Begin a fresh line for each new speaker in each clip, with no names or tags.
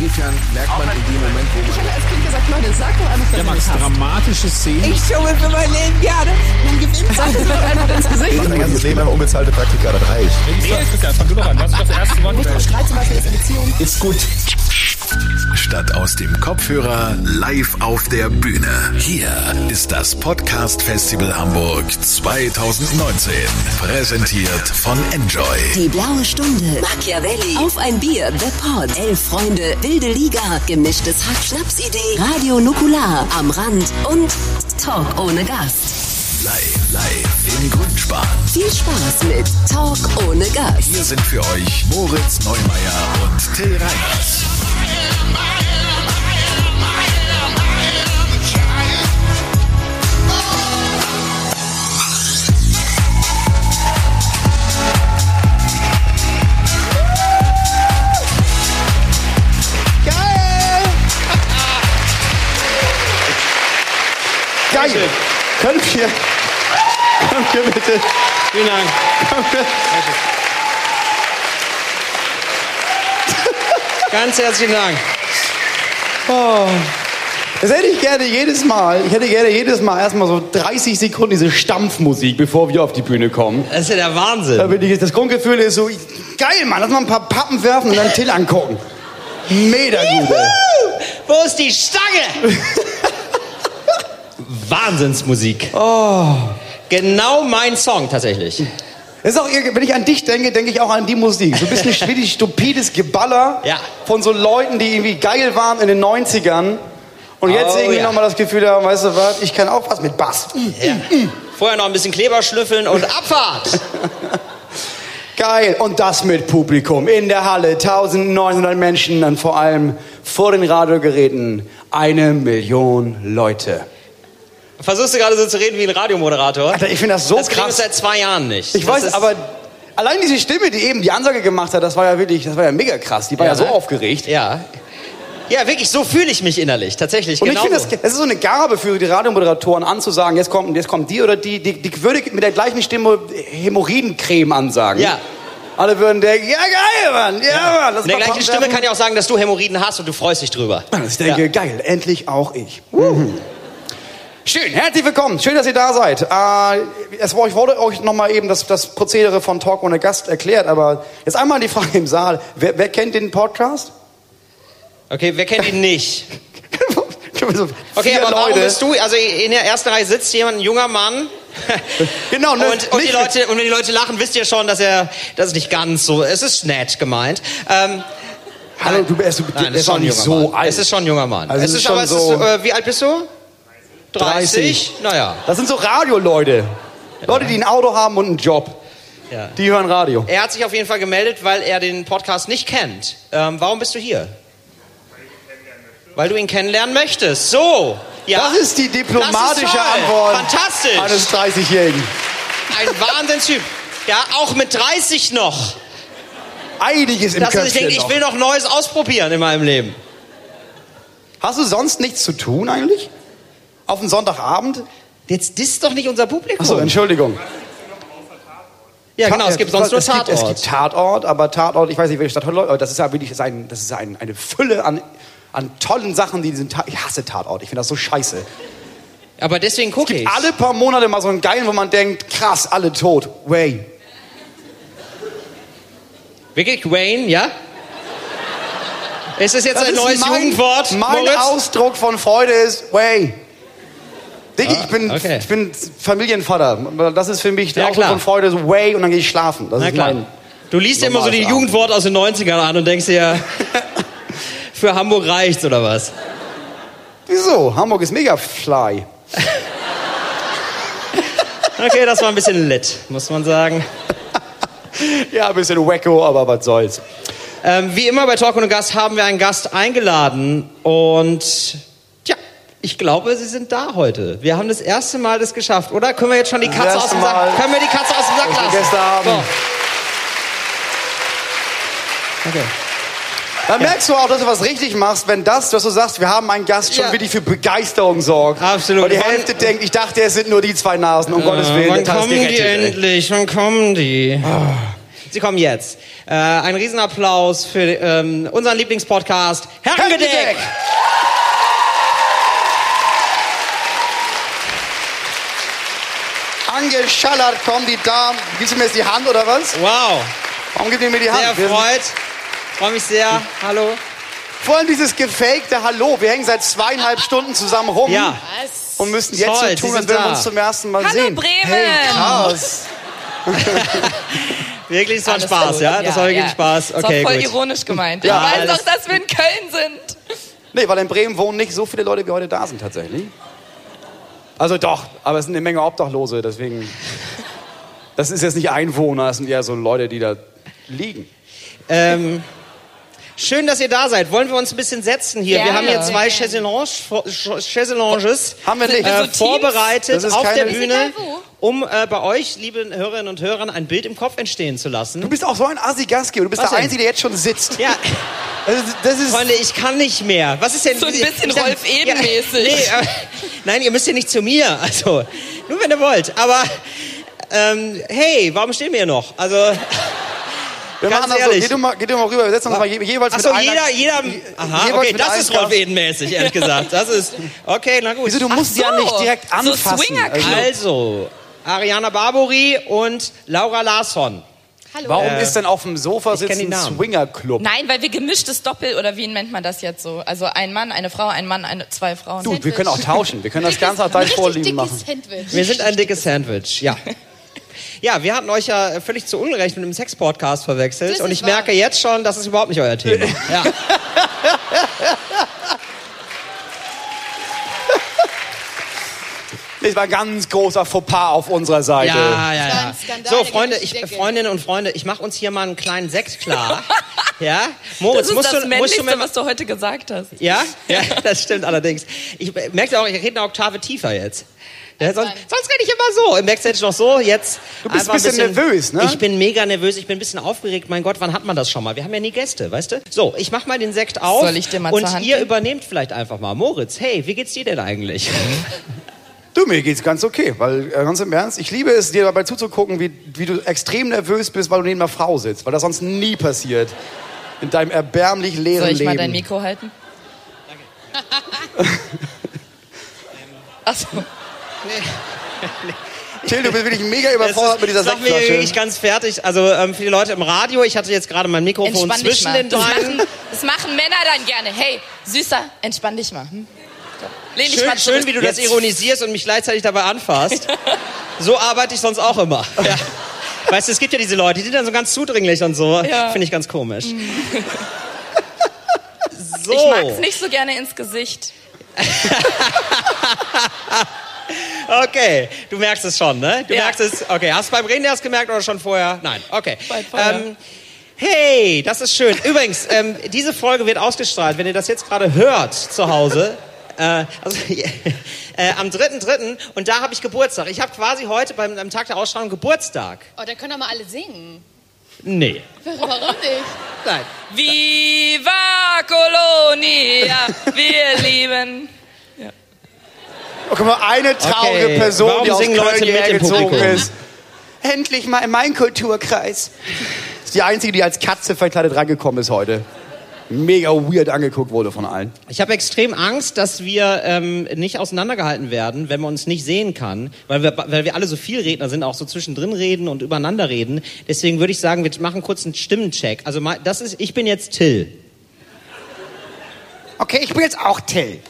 Büchern merkt man in dem Moment, wo
Ich
man...
habe als Kind gesagt, Leute, sag doch einfach, dass
Ja,
ihr
Max,
das habt.
dramatische Szenen.
Ich schummel für mein Leben gerne. Man gewinnt, sagt es doch einfach ins Gesicht.
Macht Mein ganzes Leben lang unbezahlte Praktika, das reicht.
Nee, Christian, fang du doch an. Das ist das erste Wort.
Streit zum Beispiel ist eine Beziehung.
Ist gut.
Statt aus dem Kopfhörer live auf der Bühne. Hier ist das Podcast Festival Hamburg 2019. Präsentiert von Enjoy.
Die blaue Stunde. Machiavelli. Auf ein Bier. The Pod. Elf Freunde. Wilde Liga. Gemischtes Hack. Schnapsidee. Radio Nukular. Am Rand. Und Talk ohne Gast.
Live, live in Grünspan.
Viel Spaß mit Talk ohne Gast.
Hier sind für euch Moritz Neumeier und Till Reiners.
Geil! Könnt ihr, könnt ihr bitte,
Vielen Dank. Ganz herzlichen Dank.
Oh. das hätte ich gerne jedes Mal, ich hätte gerne jedes Mal erstmal so 30 Sekunden diese Stampfmusik, bevor wir auf die Bühne kommen.
Das ist ja der
Da
Wahnsinn.
bin ich, das Grundgefühl ist so, geil, Mann, lass mal ein paar Pappen werfen und dann Till angucken. Mega gut, ey.
Wo ist die Stange? Wahnsinnsmusik.
Oh.
Genau mein Song tatsächlich.
Das ist auch, irgendwie- wenn ich an dich denke, denke ich auch an die Musik. So ein bisschen schwierig, stupides Geballer
Ja.
von so Leuten, die irgendwie geil waren in den 90ern. Und jetzt
Oh,
irgendwie
ja.
nochmal das Gefühl haben, weißt du was, ich kann auch was mit Bass.
Ja. Vorher noch ein bisschen Kleber schnüffeln und Abfahrt.
Geil. Und das mit Publikum in der Halle. 1900 Menschen, dann vor allem vor den Radiogeräten. Eine Million Leute.
Versuchst du gerade so zu reden wie ein Radiomoderator?
Alter, ich finde das so
das kriegen wir
krass.
seit zwei Jahren nicht.
Ich
Das
weiß,
ist-
aber allein diese Stimme, die eben die Ansage gemacht hat, das war ja wirklich, das war ja mega krass. Die war ja, so
ne?
aufgeregt.
Ja. Ja, wirklich, so fühle ich mich innerlich. Tatsächlich,
Und ich
genau
finde,
so.
das, das ist so eine Gabe für die Radiomoderatoren anzusagen, jetzt kommt, jetzt kommt die oder die, die, die würde mit der gleichen Stimme Hämorrhoidencreme ansagen.
Ja.
Alle würden denken, ja geil, Mann, ja, Mann. lass
In der
mal
gleichen Stimme
werfen.
kann ja auch sagen, dass du Hämorrhoiden hast und du freust dich drüber.
Ich denke,
Ja.
geil, endlich auch ich. Mhm. Schön, herzlich willkommen. Schön, dass ihr da seid. Äh, es, war- ich wurde euch nochmal eben das, das Prozedere von Talk ohne Gast erklärt, aber jetzt einmal die Frage im Saal. Wer, wer kennt den Podcast?
Okay, wer kennt ihn nicht?
So
Okay,
vier
aber warum bist du? Also in der ersten Reihe sitzt jemand, ein junger Mann.
Genau, ne,
und, und, die
nicht-
Leute, und wenn die Leute lachen, wisst ihr schon, dass er das ist nicht ganz so. Es ist nett gemeint. Ähm,
Hallo, du bist du, der
nein, es ist
ist doch
schon ein
nicht
junger
so
Mann.
alt.
Es ist schon ein junger Mann.
Also
es ist,
schon
aber es
so
ist, äh, wie alt bist du? 30? Naja.
Das sind so Radioleute. Leute, die ein Auto haben und einen Job.
Ja.
Die hören Radio.
Er hat sich auf jeden Fall gemeldet, weil er den Podcast nicht kennt. Ähm, warum bist du hier? Weil du ihn kennenlernen möchtest. So. Ja.
Das ist die
Das ist
diplomatische
toll.
Antwort
Fantastisch.
eines 30-Jährigen.
Ein Wahnsinnstyp. Ja, auch mit 30 noch.
Einiges im
Dass
Köpfchen
man sich denkt, ich
noch.
will noch Neues ausprobieren in meinem Leben.
Hast du sonst nichts zu tun eigentlich? Auf einen Sonntagabend?
Jetzt ist doch nicht unser Publikum.
Achso, Entschuldigung.
ja, genau, es gibt sonst nur
es gibt, Es
Tatort.
gibt Tatort, aber Tatort, ich weiß nicht, welche Stadt. Leute, Das ist ja wirklich das ist ein, das ist ein, eine Fülle an, an tollen Sachen, die diesen Tatort. Ich hasse Tatort, ich finde das so scheiße.
Aber deswegen gucke ich.
Alle paar Monate mal so einen geilen, wo man denkt, krass, alle tot. Way.
Wirklich, Wayne, ja? Ist das jetzt ein neues
mein,
Jugendwort?
Mein
Moritz?
Ausdruck von Freude ist Way. Diggi, ich, bin,
okay.
ich bin Familienvater. Das ist für mich der
Ja,
Ausdruck
klar.
von Freude, so Way, und dann gehe ich schlafen. Das
Na
ist
klar.
mein
Du liest dir immer so die
normales
Jugendworte aus den 90ern an und denkst dir, für Hamburg reicht's oder was?
Wieso? Hamburg ist mega fly.
Okay, das war ein bisschen lit, muss man sagen.
Ja, ein bisschen wacko, aber was soll's.
Ähm, wie immer bei Talk und Gast haben wir einen Gast eingeladen und tja, ich glaube, sie sind da heute. Wir haben das erste Mal das geschafft, oder? Können wir jetzt schon die Katze
Das
aus dem
Mal.
Sack? Können wir die Katze aus dem Sack
Das war
lassen?
gestern Abend.
So. Okay.
Dann merkst du auch, dass du was richtig machst, wenn das, was du sagst, wir haben einen Gast, schon
Ja.
wirklich für Begeisterung sorgt.
Absolut.
Und die
Wann-
Hälfte denkt, ich dachte, es sind nur die zwei Nasen, um Gottes
Äh,
Willen. der
wann
Tag ist
kommen die
gerettet, ey. Ah.
endlich? Wann kommen die? Sie kommen jetzt. Äh, ein Riesenapplaus für ähm, unseren Lieblingspodcast, Herrengedeck.
Herrengedeck! Angeschallert kommen die Damen. Gibst du mir jetzt die Hand oder was?
Wow,
Warum gibt ihr mir die
sehr
Hand? Wir sind-
erfreut. Freue mich sehr. Hallo.
Vor allem dieses gefakte Hallo. Wir hängen seit zweieinhalb Stunden zusammen rum
Ja.
und müssen jetzt
Toll,
so
Sie
tun, als würden
sind
wir
da.
uns zum ersten Mal
Hallo,
sehen.
Bremen!
Hey, krass.
Wirklich, es war
Alles
Spaß,
gut,
ja? Das war wirklich Spaß.
das war
Okay,
voll
gut.
ironisch gemeint.
Ja,
ich weiß
alles-
doch, dass wir in Köln sind.
Nee, weil in Bremen wohnen nicht so viele Leute, wie heute da sind tatsächlich. Also doch, aber es sind eine Menge Obdachlose, deswegen. Das ist jetzt nicht Einwohner, das sind eher so Leute, die da liegen.
Ähm, schön, dass ihr da seid. Wollen wir uns ein bisschen setzen hier? Wir
Gerne.
haben hier zwei
Sehr
Chaiselanges Chaiselanges,
Haben wir nicht.
äh,
so Teams?
vorbereitet
Das ist
auf
keine-
der
Ist
Bühne,
egal wo.
um äh, bei euch, lieben Hörerinnen und Hörern, ein Bild im Kopf entstehen zu lassen.
Du bist auch so ein Assi-Gastgeber, du bist
Was
der
denn?
Einzige, der jetzt schon sitzt.
ja,
Das ist, das ist
Freunde, ich kann nicht mehr. Was ist denn
So ein bisschen
Ich sag-
Rolf Eben-mäßig.
Ja, nee, äh, nein, ihr müsst ja nicht zu mir. Also nur wenn ihr wollt. Aber ähm, hey, warum stehen wir hier noch? Also
wir
ganz
machen das
ehrlich.
So, geh, du mal, geh du mal rüber, wir setzen uns mal je, jeweils
Achso,
mit einer...
jeder, jeder. Aha,
jeweils
okay,
mit
das
einem
ist Rolf
Gast.
Eden-mäßig, ehrlich gesagt. Das ist. Okay, na gut.
Wieso, du
Ach
musst ja
so.
nicht direkt
So
anfassen.
Swingerclub.
Also,
Also, Ariana Barbori und Laura Larsson.
warum ist denn auf dem Sofa
Äh, kenn die
sitzen ein
Namen.
Swingerclub?
Nein, weil wir gemischtes Doppel oder wie nennt man das jetzt so? Also ein Mann, eine Frau, ein Mann, eine, zwei Frauen.
Du, wir können auch tauschen, wir können das Ganze auf dein Vorlieben machen.
Sandwich.
Wir sind ein dickes Sandwich, ja. Ja, wir hatten euch ja völlig zu Unrecht mit einem Sex-Podcast verwechselt
Das
und
ist
ich
wahr.
merke jetzt schon, das ist überhaupt nicht euer Thema. Ja.
Das war ein ganz großer Fauxpas auf unserer Seite.
Ja, ja,
Das war
ja.
ein Skandal, der
So,
geht
Freunde,
durch
ich,
die Decke.
Freundinnen und Freunde, ich mache uns hier mal einen kleinen Sekt klar. Ja? Moritz,
das ist
musst
das
du, musst du
Männlichste,
mir
was du heute gesagt hast.
Ja? ja, das stimmt allerdings. Ich merke auch, ich rede eine Oktave tiefer jetzt. Ja, sonst, sonst rede ich immer so. Im Backstage noch so, jetzt. Du
bist ein bisschen nervös, ne?
Ich bin mega nervös, ich bin ein bisschen aufgeregt. Mein Gott, wann hat man das schon mal? Wir haben ja nie Gäste, weißt du? So, ich mach mal den Sekt auf.
Soll ich dir mal zur
Und
Hand
ihr
geben?
übernehmt vielleicht einfach mal. Moritz, hey, wie geht's dir denn eigentlich?
Du, mir geht's ganz okay, weil äh, ganz im Ernst, ich liebe es, dir dabei zuzugucken, wie, wie du extrem nervös bist, weil du neben einer Frau sitzt, weil das sonst nie passiert. In deinem erbärmlich leeren
Soll ich mal
Leben.
dein Mikro halten? Danke. Achso.
Till, du bist wirklich mega
Das
überfordert
ist-
mit dieser
das macht mich wirklich
Sektflasche.
ganz fertig. Also ähm, für die Leute im Radio, ich hatte jetzt gerade mein Mikrofon
Entspann dich
zwischen
mal.
den
Das machen,
Beinen.
das machen Männer dann gerne. Hey, Süßer, entspann dich mal. Hm? Lehn dich mal
Schön,
zurück.
schön, wie du das ironisierst und mich gleichzeitig dabei anfasst. so arbeite ich sonst auch immer. Ja. Weißt du, es gibt ja diese Leute, die sind dann so ganz zudringlich und so.
Ja. Mhm.
Finde ich ganz komisch. so.
Ich mag's nicht so gerne ins Gesicht.
Okay, du merkst es schon, ne? Du
Ja.
merkst es. Okay, hast du beim Reden erst gemerkt oder schon vorher? Nein, okay.
Bald vorher.
Ähm, hey, das ist schön. Übrigens, ähm, diese Folge wird ausgestrahlt, wenn ihr das jetzt gerade hört zu Hause. Äh, also, äh, am 3.3. und da habe ich Geburtstag. Ich habe quasi heute beim, am Tag der Ausstrahlung Geburtstag.
Oh, da können doch mal alle singen.
Nee.
Warum nicht?
Nein.
Viva Colonia, wir lieben.
Oh, guck mal, eine traurige
Okay,
Person,
warum
die aus
singen
Köln
Leute mit im
hierher gezogen
Publikum?
ist. Endlich mal in meinen Kulturkreis. Ist die Einzige, die als Katze verkleidet rangekommen ist heute. Mega weird angeguckt wurde von allen.
Ich habe extrem Angst, dass wir ähm, nicht auseinandergehalten werden, wenn man uns nicht sehen kann, weil wir, weil wir alle so viel Redner sind, auch so zwischendrin reden und übereinander reden. Deswegen würde ich sagen, wir machen kurz einen Stimmencheck. Also mal- das ist, ich bin jetzt Till.
Okay, ich bin jetzt auch Till.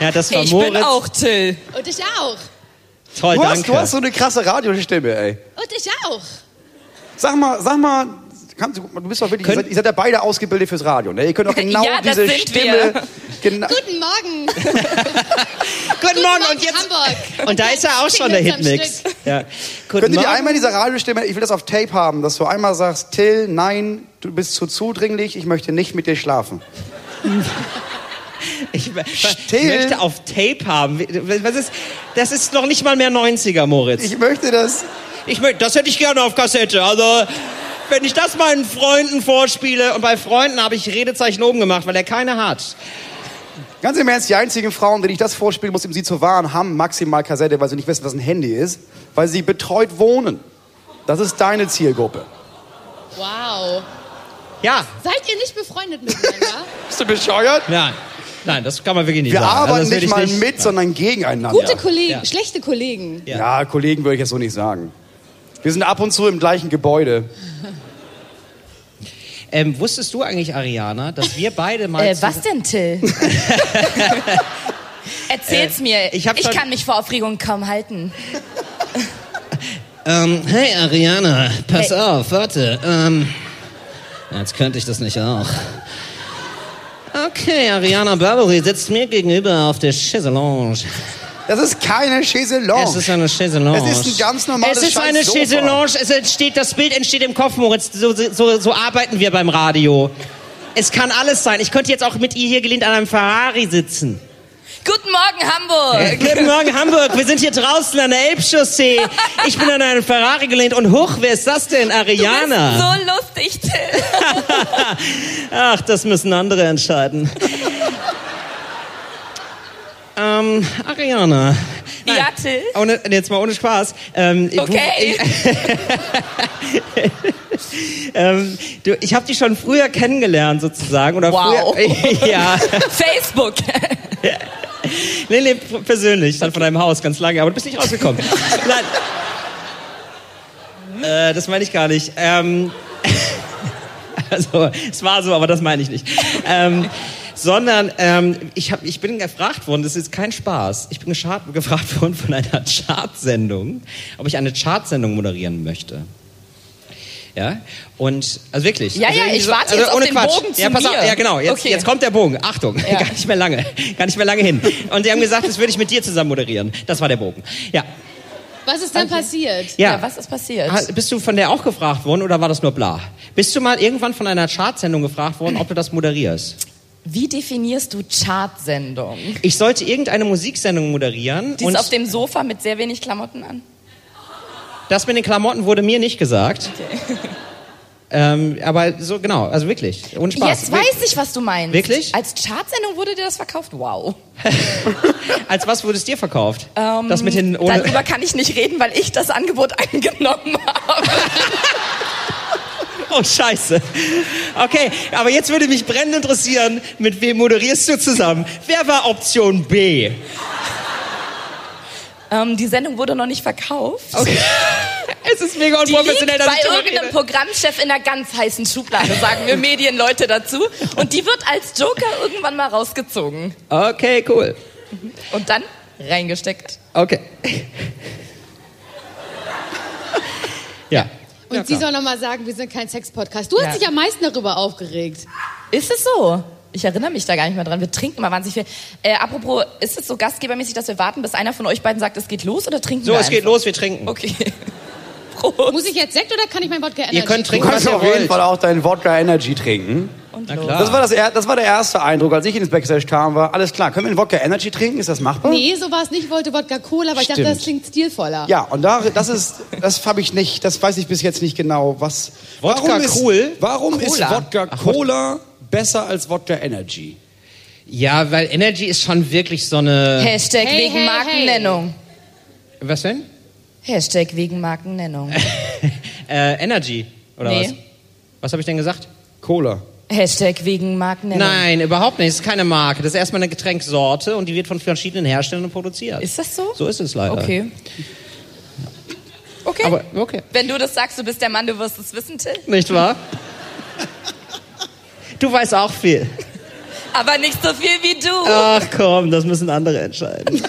Ja, das war
Ich
Moritz.
bin auch Till.
Und ich auch.
Toll,
Du hast,
danke.
du hast so eine krasse Radiostimme, ey.
Und ich auch.
Sag mal, sag mal, kannst du, du bist doch wirklich, ihr
Können-
seid, ihr seid ja beide ausgebildet fürs Radio, ne? Ihr könnt auch genau
Ja, das
diese
sind wir.
Stimme. Gena
Guten Morgen.
Guten Morgen und jetzt.
Hamburg.
Und da ist er auch schon der
Klingelt's am
Hitmix.
Stück.
Ja. Guten
Könnt ihr dir
Morgen.
einmal diese Radiostimme, ich will das auf Tape haben, dass du einmal sagst, Till, nein, du bist zu zudringlich, ich möchte nicht mit dir schlafen.
Ich
Still.
möchte auf Tape haben. Was ist, das ist noch nicht mal mehr 90er, Moritz.
Ich möchte das.
Ich möchte, das hätte ich gerne auf Kassette. Also, wenn ich das meinen Freunden vorspiele, und bei Freunden habe ich Redezeichen oben gemacht, weil er keine hat.
Ganz im Ernst, die einzigen Frauen, denen ich das vorspielen muss, um sie zu wahren, haben maximal Kassette, weil sie nicht wissen, was ein Handy ist, weil sie betreut wohnen.
Das ist deine Zielgruppe.
Wow.
Ja.
Seid ihr nicht befreundet miteinander?
Bist du bescheuert?
Nein. Nein, das kann man wirklich nicht
Wir
sagen. Also,
arbeiten
das will
nicht
ich
mal mit, sondern gegeneinander.
Gute Kollegen,
Ja.
schlechte Kollegen.
ja. Kollegen würde ich jetzt so nicht sagen. Wir sind ab und zu im gleichen Gebäude.
Ähm, wusstest du eigentlich, Ariana, dass wir beide mal.
Äh,
zu-
was denn, Till? Erzähl's mir.
Äh, ich hab schon-
kann mich vor Aufregung kaum halten.
Ähm, hey, Ariana, pass
Hey.
auf, warte. Ähm, jetzt könnte ich das nicht auch. Okay, Ariana Barbery sitzt mir gegenüber auf der Chaiselange.
Das ist keine Chaiselonge.
Es ist eine Chaiselange.
Oh. Es ist ein ganz normales
Es ist
scheiß
eine
Sofa.
Chaiselange. Es entsteht, das Bild entsteht im Kopf, Moritz. So, so, so arbeiten wir beim Radio. Es kann alles sein. Ich könnte jetzt auch mit ihr hier gelehnt an einem Ferrari sitzen.
Guten Morgen, Hamburg.
Äh, Guten Morgen, Hamburg. Wir sind hier draußen an der Elbchaussee. Ich bin an einen Ferrari gelehnt. Und hoch, wer ist das denn? Ariana.
Du bist so lustig, Till.
Ach, das müssen andere entscheiden. ähm, Ariana.
Ja, Till.
Ohne, jetzt mal ohne Spaß. Ähm,
Okay.
Ich, ähm, du, ich habe dich schon früher kennengelernt sozusagen. Oder
Wow.
Früher, ja.
Facebook.
Nee, nee, p- persönlich. Stand von deinem Haus ganz lange, aber du bist nicht rausgekommen. Nein. Äh, das meine ich gar nicht. Ähm, also, es war so, aber das meine ich nicht. Ähm, sondern ähm, ich, hab, ich bin gefragt worden, das ist kein Spaß, ich bin geschart, gefragt worden von einer Chartsendung, ob ich eine Chartsendung moderieren möchte. Ja, und, also wirklich.
Ja,
also
ja,
irgendwie
ich warte jetzt auf den Bogen zu
ja, pass Auf,
mir.
ja, genau, jetzt,
Okay.
jetzt kommt der Bogen. Achtung,
Ja.
gar nicht mehr lange, gar nicht mehr lange hin. Und sie haben gesagt, das würde ich mit dir zusammen moderieren. Das war der Bogen. Ja,
Was ist denn passiert?
ja.
was ist passiert?
Ha- Bist du von der auch gefragt worden oder war das nur bla? Bist du mal irgendwann von einer Chartsendung gefragt worden, ob du das moderierst?
Wie definierst du Chartsendung?
Ich sollte irgendeine Musiksendung moderieren
Die
und
ist auf dem Sofa mit sehr wenig Klamotten an.
das mit den Klamotten wurde mir nicht gesagt. Ähm, aber so genau, also wirklich. Und Spaß.
Jetzt weiß ich, was du meinst.
Wirklich?
Als Chartsendung wurde dir das verkauft? Wow.
Als was wurde es dir verkauft?
Ähm,
das mit den ohne
Darüber kann ich nicht reden, weil ich das Angebot angenommen habe.
Oh Scheiße. Okay, aber jetzt würde mich brennend interessieren, mit wem moderierst du zusammen? Wer war Option B?
ähm, die Sendung wurde noch nicht verkauft.
Okay. es ist mega
Die liegt
unprofessionell, dass
bei
ich drüber
irgendeinem
rede.
Programmchef in einer ganz heißen Schublade, sagen wir Medienleute dazu. Und die wird als Joker irgendwann mal rausgezogen.
Okay, cool.
Und dann reingesteckt.
Okay. ja.
Und sie soll nochmal sagen, wir sind kein Sex-Podcast. Du hast
Ja.
dich am meisten darüber aufgeregt.
Ist es so? Ich erinnere mich da gar nicht mehr dran. Wir trinken mal wahnsinnig viel. Äh, apropos, ist es so gastgebermäßig, dass wir warten, bis einer von euch beiden sagt, es geht los oder trinken
So,
wir
es geht
einfach?
los, wir trinken.
Okay. Prost.
Muss ich jetzt Sekt oder kann ich mein Wodka ändern?
Ihr könnt
Du
trinken, was
kannst
ihr
auf jeden
wollt. Ah.
Fall auch deinen Wodka Energy trinken.
Und
Na
los.
klar.
Das, war das, er- das war der erste Eindruck, als ich ins Backstage kam, war alles klar. Können wir einen Wodka Energy trinken? Ist das machbar?
Nee, so war es nicht. Ich wollte Wodka Cola, aber ich dachte,
Stimmt.
das klingt stilvoller.
Ja, und da, das ist, das habe ich nicht, das weiß ich bis jetzt nicht genau, was.
Wodka
warum ist,
Krul?
Warum ist
Cola.
Wodka Cola besser als Wodka Energy?
Ja, weil Energy ist schon wirklich so eine.
Hashtag
Hey,
wegen
hey,
Markennennung.
Was denn?
Hashtag wegen Markennennung.
äh, Energy, oder
Nee.
was? Was habe ich denn gesagt?
Cola.
Hashtag wegen Markennennung.
Nein, überhaupt nicht. Es ist keine Marke. Das ist erstmal eine Getränksorte und die wird von verschiedenen Herstellern produziert.
Ist das so?
So ist es leider.
Okay. Okay.
Aber okay.
Wenn du das sagst, du bist der Mann, du wirst es wissen, Till.
Nicht wahr? Du weißt auch viel.
Aber nicht so viel wie du.
Ach komm, das müssen andere entscheiden.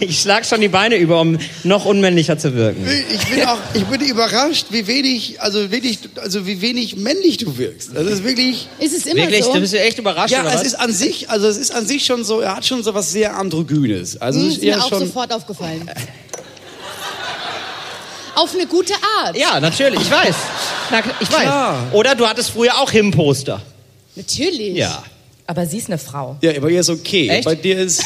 Ich schlag schon die Beine über, um noch unmännlicher zu wirken.
Ich bin auch, ich bin überrascht, wie wenig, also wenig, also wie wenig männlich du wirkst. Das ist wirklich,
Ist es immer
Wirklich?
so?
Du bist ja echt überrascht,
ja,
oder
es
was?
ist an sich, also es ist an sich schon so, er hat schon so was sehr androgynes. Also
Hm,
es
ist
ist eher
mir auch
schon,
sofort aufgefallen. Auf eine gute Art.
ja, natürlich, ich weiß. Na, klar, ich weiß.
Klar.
Oder du hattest früher auch Him-Poster.
Natürlich.
Ja.
Aber sie ist eine Frau.
ja, bei ihr ist okay.
Echt?
Bei dir ist,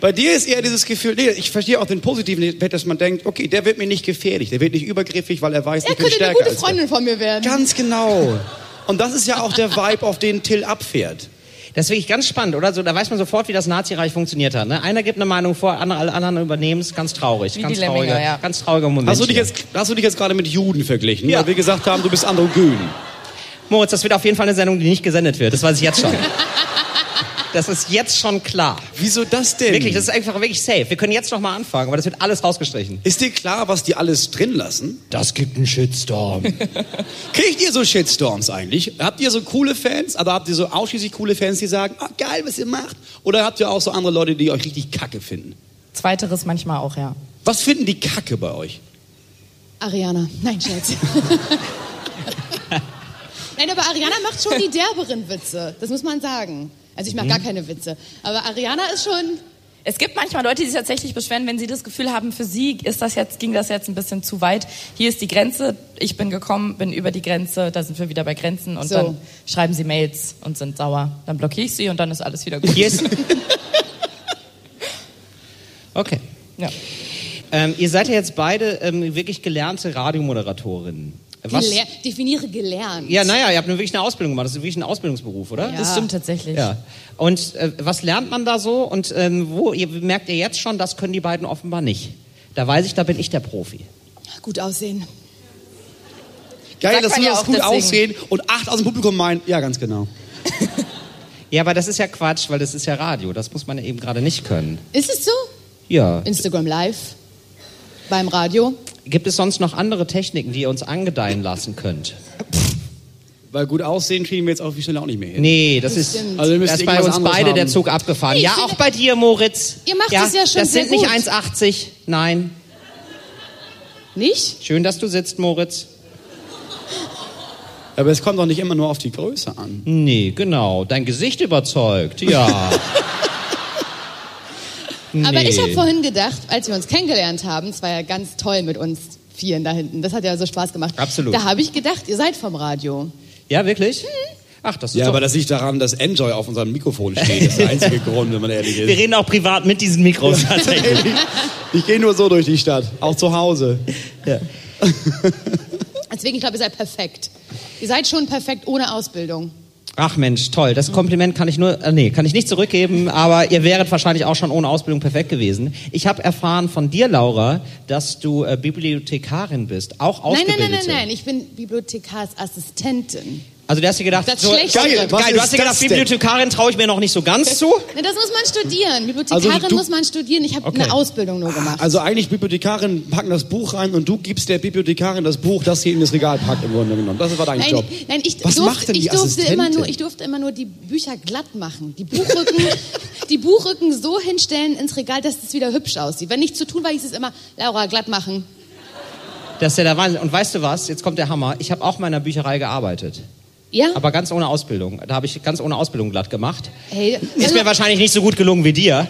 bei dir ist eher dieses Gefühl, nee, ich verstehe auch den positiven Effekt, dass man denkt, okay, der wird mir nicht gefährlich, der wird nicht übergriffig, weil er weiß,
Er
ich bin
könnte eine
stärker
gute
als er.
Freundin von mir werden.
Ganz genau. Und das ist ja auch der Vibe, auf den Till abfährt.
Das ist wirklich ganz spannend, oder? So, da weiß man sofort, wie das Nazireich funktioniert hat. Ne? Einer gibt eine Meinung vor, andere, alle anderen übernehmen es. Ganz traurig.
Wie
ganz
die Lemminge,
trauriger,
ja.
ganz trauriger Moment.
Hast du dich
hier.
jetzt, hast du dich jetzt gerade mit Juden verglichen?
Ja.
Weil wir gesagt haben, du bist androgyn.
Moritz, das wird auf jeden Fall eine Sendung, die nicht gesendet wird. Das weiß ich jetzt schon. Das ist jetzt schon klar.
Wieso das denn?
Wirklich, das ist einfach wirklich safe. Wir können jetzt nochmal anfangen, aber das wird alles rausgestrichen.
Ist dir klar, was die alles drin lassen?
Das gibt einen Shitstorm.
Kriegt ihr so Shitstorms eigentlich? Habt ihr so coole Fans, aber habt ihr so ausschließlich coole Fans, die sagen, ah, geil, was ihr macht? Oder habt ihr auch so andere Leute, die euch richtig kacke finden?
Zweiteres manchmal auch, ja.
Was finden die kacke bei euch?
Ariana. Nein, Scherz. Nein, aber Ariana macht schon die derberen Witze. Das muss man sagen. Also ich mache
Mhm.
gar keine Witze. Aber Ariana ist schon...
Es gibt manchmal Leute, die sich tatsächlich beschweren, wenn sie das Gefühl haben, für sie ist das jetzt, ging das jetzt ein bisschen zu weit. Hier ist die Grenze, ich bin gekommen, bin über die Grenze, da sind wir wieder bei Grenzen und
So.
dann schreiben sie Mails und sind sauer. Dann blockiere ich sie und dann ist alles wieder gut.
Hier ist. Okay.
Ja.
Ähm, ihr seid ja jetzt beide ähm, wirklich gelernte Radiomoderatorinnen.
Gelehr definiere gelernt.
Ja, ne? naja, ihr habt nur wirklich eine Ausbildung gemacht. Das ist wirklich ein Ausbildungsberuf, oder?
Das stimmt tatsächlich.
Ja. Und äh, was lernt man da so? Und ähm, wo ihr, merkt ihr jetzt schon, das können die beiden offenbar nicht. Da weiß ich, da bin ich der Profi.
Gut aussehen.
Geil,
Sagt
dass
man
wir
ja
das
auch
gut
deswegen.
aussehen und acht aus dem Publikum meinen, ja, ganz genau.
Ja, aber das ist ja Quatsch, weil das ist ja Radio. Das muss man ja eben gerade nicht können.
Ist es so?
Ja.
Instagram Live. Beim Radio.
Gibt es sonst noch andere Techniken, die ihr uns angedeihen lassen könnt?
Weil gut aussehen kriegen wir jetzt auf die Stelle auch nicht mehr hin.
Nee, das ist
Stimmt.
Also wir müssen
das ist bei
irgendwas
uns
anderes
beide der
haben.
Zug abgefahren.
Ich
ja,
finde-
auch bei dir, Moritz.
Ihr macht es ja schon
Das
sehr
sind nicht
gut.
1,80. Nein.
Nicht?
Schön, dass du sitzt, Moritz.
Aber es kommt doch nicht immer nur auf die Größe an.
Nee, genau. Dein Gesicht überzeugt. Ja.
Aber
Nee.
ich habe vorhin gedacht, als wir uns kennengelernt haben, es war ja ganz toll mit uns vieren da hinten. Das hat ja so Spaß gemacht.
Absolut.
Da habe ich gedacht, ihr seid vom Radio.
Ja,
Mhm.
wirklich? Ach, das ist
Ja,
doch...
aber das liegt daran, dass Enjoy auf unserem Mikrofon steht. Das ist der einzige Grund, wenn man ehrlich
wir
ist.
reden auch privat mit diesen Mikros tatsächlich.
Ich gehe nur so durch die Stadt, auch zu Hause.
Deswegen, ich glaube, ihr seid perfekt. Ihr seid schon perfekt ohne Ausbildung.
Ach Mensch, toll. Das Kompliment kann ich nur, äh, nee, kann ich nicht zurückgeben, aber ihr wäret wahrscheinlich auch schon ohne Ausbildung perfekt gewesen. Ich habe erfahren von dir, Laura, dass du äh, Bibliothekarin bist, auch
Nein,
ausgebildete.
nein, nein, nein, nein. Ich bin Bibliothekarsassistentin.
Also du hast dir gedacht,
Das
so,
Schlechtere.
geil,
Was
geil, du
ist
hast dir
das
gedacht,
denn?
Bibliothekarin traue ich mir noch nicht so ganz zu.
Na, Ne, das muss man studieren. Bibliothekarin
Also du-
muss man studieren. Ich habe eine Ausbildung nur gemacht.
Also eigentlich Bibliothekarin packen das Buch rein und du gibst der Bibliothekarin das Buch, das sie in das Regal packt im Grunde genommen. Das war dein
Nein,
Job.
nein, ich,
Was
durfte,
macht denn die
ich, durfte
Assistentin?
immer nur, ich durfte immer nur die Bücher glatt machen. Die Buchrücken, die Buchrücken so hinstellen ins Regal, dass es wieder hübsch aussieht. Wenn nichts zu tun war, hieß es immer, Laura, glatt machen.
Das ist ja der Wahnsinn. Und weißt du was? Jetzt kommt der Hammer. Ich habe auch mal in einer Bücherei gearbeitet.
Ja?
Aber ganz ohne Ausbildung. Da habe ich ganz ohne Ausbildung glatt gemacht.
hey,
Ist
also,
mir wahrscheinlich nicht so gut gelungen wie dir.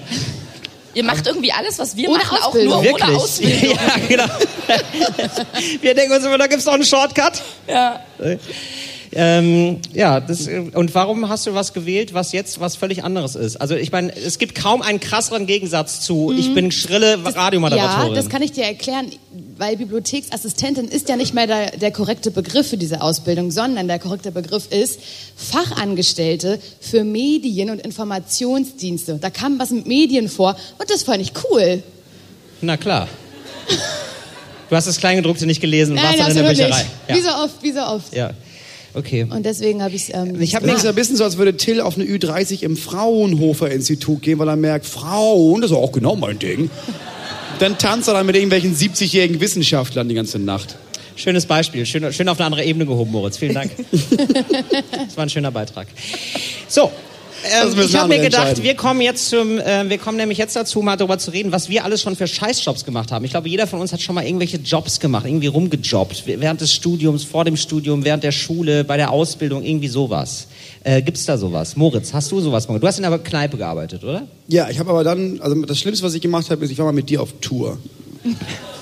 Ihr macht irgendwie alles, was wir
Ohne
machen,
Ausbildung.
auch nur
Wirklich.
ohne Ausbildung.
Ja, genau. Wir denken uns immer, da gibt's doch einen Shortcut.
Ja.
Ähm, ja, das, äh, und warum hast du was gewählt, was jetzt was völlig anderes ist? Also ich meine, es gibt kaum einen krasseren Gegensatz zu, ich bin schrille
ja,
Radiomoderatorin.
Mhm. das kann ich dir erklären, weil Bibliotheksassistentin ist ja nicht mehr der, der korrekte Begriff für diese Ausbildung, sondern der korrekte Begriff ist Fachangestellte für Medien- und Informationsdienste. Da kam was mit Medien vor und das fand ich cool.
Na klar. Du hast das Kleingedruckte nicht gelesen und warst dann in der
absolut
Bücherei. Ja.
Wie so oft, wie so oft.
ja. Okay.
Und deswegen habe ich ähm,
Ich hab
Das ist ja ein bisschen so, als würde Till auf eine Ü30 im Fraunhofer-Institut gehen, weil er merkt, Frauen, das ist auch genau mein Ding. Dann tanzt er dann mit irgendwelchen 70-jährigen Wissenschaftlern die ganze Nacht.
Schönes Beispiel, schön, schön auf eine andere Ebene gehoben, Moritz. Vielen Dank. das war ein schöner Beitrag. So.
Das
Ähm,
müssen
ich habe mir
andere
gedacht,
entscheiden.
wir kommen jetzt zum, äh, wir kommen nämlich jetzt dazu, mal darüber zu reden, was wir alles schon für Scheißjobs gemacht haben. Ich glaube, jeder von uns hat schon mal irgendwelche Jobs gemacht, irgendwie rumgejobbt, während des Studiums, vor dem Studium, während der Schule, bei der Ausbildung, irgendwie sowas. Äh, gibt's da sowas? Moritz, hast du sowas gemacht? Du hast in der Kneipe gearbeitet, oder?
Ja, ich habe aber dann, also das Schlimmste, was ich gemacht habe, ist, ich war mal mit dir auf Tour.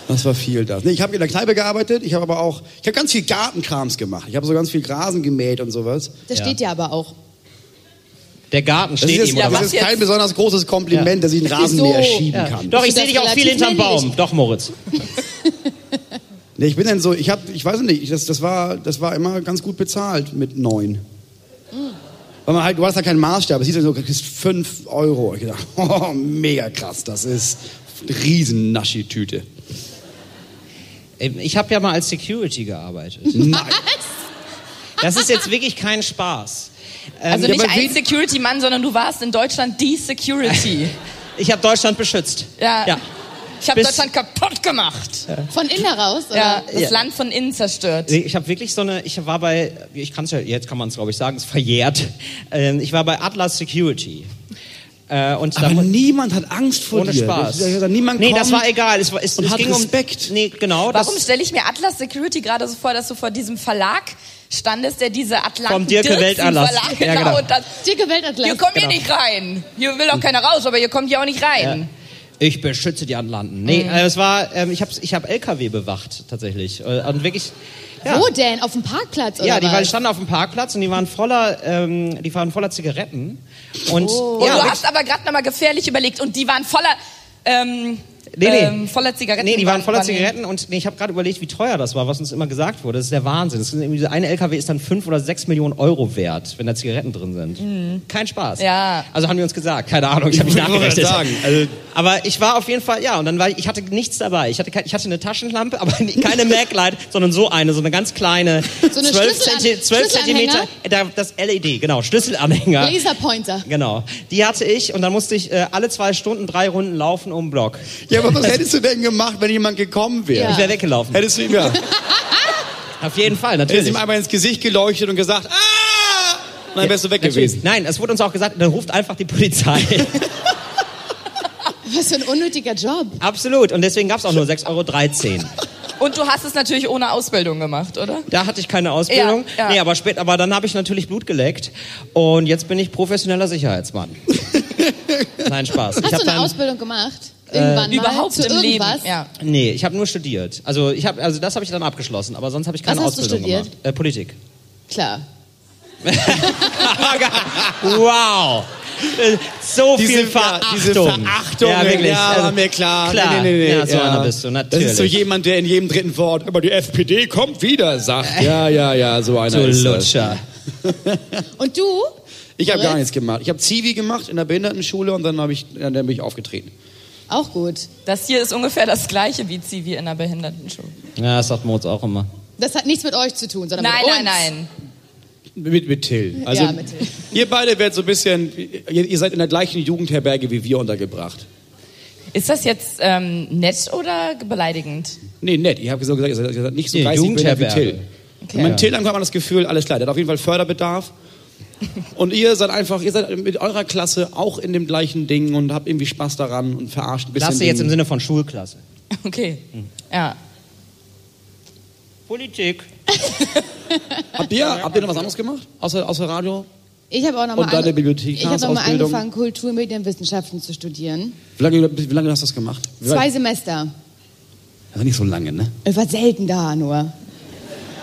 Das war viel das. Nee, ich habe in der Kneipe gearbeitet, ich habe aber auch, ich habe ganz viel Gartenkrams gemacht. Ich habe so ganz viel Grasen gemäht und sowas.
das
Ja.
steht ja aber auch.
Der Garten
Das ist,
steht
jetzt,
ihm,
ja,
oder
das
was
was?
ist
jetzt?
kein besonders großes Kompliment,
Ja.
dass ich einen
Das ist
Rasenmäher
so.
schieben
Ja.
kann.
Doch, ich
Das
sehe dich auch
relativ
viel hinterm
männlich.
Baum. Doch, Moritz.
Nee, ich bin dann so, ich habe, ich weiß nicht, ich, das, das war, das war immer ganz gut bezahlt mit neun. Weil man halt, du hast da keinen Maßstab. Es hieß dann so, du kriegst 5 Euro. Ich dachte, oh, mega krass, das ist eine riesen Naschi-Tüte.
Ich habe ja mal als Security gearbeitet.
Nein.
Das ist jetzt wirklich kein Spaß. Ähm,
Also nicht ein Security-Mann, sondern du warst in Deutschland die Security.
Ich habe Deutschland beschützt.
Ja.
ja.
Ich habe
Bis-
Deutschland kaputt gemacht.
Von innen heraus?
Ja,
Oder?
das
Ja.
Land von innen zerstört.
Nee, Ich habe wirklich so eine, ich war bei, ich kann es ja, jetzt kann man es glaube ich sagen, es ist verjährt. Ähm, ich war bei Atlas Security. Äh, und da
Aber
mu-
niemand hat Angst vor
ohne
dir.
Spaß.
Das- das- Niemand
nee,
kommt.
das war egal. Es, war- es,
und
es
hat
ging
Respekt.
um. Nee, genau. Das,
Warum stelle ich mir Atlas Security gerade so vor, dass du vor diesem Verlag standest, der diese Atlanten
Vom Dirke
Dirksen
Weltatlas.
Verlag,
Ja,
genau.
genau. Hm.
Und das,
Dicke Weltatlas.
ihr kommt hier nicht rein. Hier will auch keiner raus, aber ihr kommt hier auch nicht rein.
Äh, ich beschütze die Atlanten. Nee,
Mhm.
äh, es war, ähm, ich habe ich hab LKW bewacht tatsächlich. Äh, Und wirklich. Ja.
Wo denn? Auf dem Parkplatz oder
Ja, die
was?
waren, standen auf dem Parkplatz und die waren voller, ähm, die waren voller Zigaretten. Und,
Oh. Und
ja,
du
wirklich-
hast aber gerade nochmal gefährlich überlegt und die waren voller, ähm,
Nee, nee.
Ähm, voller Zigaretten.
Nee, die waren voller
wann-
Zigaretten und nee, ich habe gerade überlegt, wie teuer das war, was uns immer gesagt wurde. Das ist der Wahnsinn. Das sind irgendwie, eine LKW ist dann fünf oder sechs Millionen Euro wert, wenn da Zigaretten drin sind. Kein Spaß.
Mhm. Ja.
Also haben wir uns gesagt, keine Ahnung, ich habe
Ich
mich
wollte
nachgerechnet.
gerade sagen, also-
aber ich war auf jeden Fall, ja, und dann war ich, ich hatte nichts dabei. Ich hatte, kein- ich hatte eine Taschenlampe, aber keine MacLight, sondern so eine, so eine ganz kleine,
So eine
12,
Schlüsselan-
Zenti- 12
Schlüsselanhänger?
Zentimeter, da- das LED, genau, Schlüsselanhänger.
Laserpointer.
Genau, die hatte ich und dann musste ich äh, alle zwei Stunden drei Runden laufen um den Block.
Ja, aber was hättest du denn gemacht, wenn jemand gekommen wäre?
Ja.
Ich wäre weggelaufen.
Hättest du ihm, ja,
Auf jeden Fall,
hättest du
natürlich.
ihm einmal ins Gesicht geleuchtet und gesagt, ah! Und dann wärst du weg gewesen.
Nein, es wurde uns auch gesagt, dann ruft einfach die Polizei.
Was für ein unnötiger Job.
Absolut. Und deswegen gab es auch nur 6,13 Euro.
Und du hast es natürlich ohne Ausbildung gemacht, oder?
Da hatte ich keine Ausbildung.
Ja, ja.
Nee, aber spät, aber dann habe ich natürlich Blut geleckt. Und jetzt bin ich professioneller Sicherheitsmann. Nein, Spaß. ich
Hast
hab
du eine
dann,
Ausbildung gemacht? Irgendwann mal?
äh, Überhaupt
Zu
im Leben.
irgendwas?
Ja.
Nee, ich habe nur studiert. Also, ich hab, also das habe ich dann abgeschlossen, aber sonst habe ich keine
Was hast du
Ausbildung
studiert?
gemacht. Äh, Politik.
Klar.
wow. Äh, So viel
Ver-
Verachtung.
diese Verachtung.
Ja, wirklich.
Ja,
Also,
war mir klar.
klar.
Nee, nee, nee, nee.
Ja, so einer bist du, natürlich.
Das ist so jemand, der in jedem dritten Wort, aber die SPD kommt wieder, sagt. Ja, ja, ja, so einer
Äh. Du
ist das.
Lutscher.
Und du?
Ich habe
Moritz?
gar nichts gemacht. Ich habe Zivi gemacht in der Behindertenschule und dann, hab ich, dann bin ich aufgetreten.
Auch gut.
Das hier ist ungefähr das gleiche wie Zivi in einer Behindertenschule.
Ja, das sagt Moritz auch immer.
Das hat nichts mit euch zu tun, sondern
Nein,
mit uns.
nein, nein.
Mit, mit Till. Also,
Ja, mit Till.
Ihr beide werdet so ein bisschen, ihr, ihr seid in der gleichen Jugendherberge wie wir untergebracht.
Ist das jetzt ähm, nett oder beleidigend?
Nee, nett. Ich habe so gesagt, ihr seid, ihr seid nicht so
Nee,
geistig behindert wie
Jugendherberge.
Till. Wenn man
Ja.
Till ankommt, hat man das Gefühl, alles klar, der hat auf jeden Fall Förderbedarf. Und ihr seid einfach, ihr seid mit eurer Klasse auch in dem gleichen Ding und habt irgendwie Spaß daran und verarscht ein bisschen.
Klasse jetzt
den-
im Sinne von Schulklasse.
Okay. Ja.
Politik.
habt, ihr, habt ihr noch was anderes gemacht? Außer, außer Radio?
Ich habe auch nochmal
Und deine Bibliothek-
ich habe noch mal
Ausbildung?
angefangen, Kultur, Medienwissenschaften zu studieren.
Wie lange, wie lange hast du das gemacht? Wie
Zwei
lange-
Semester.
Also nicht so lange, ne?
Ich war selten da nur.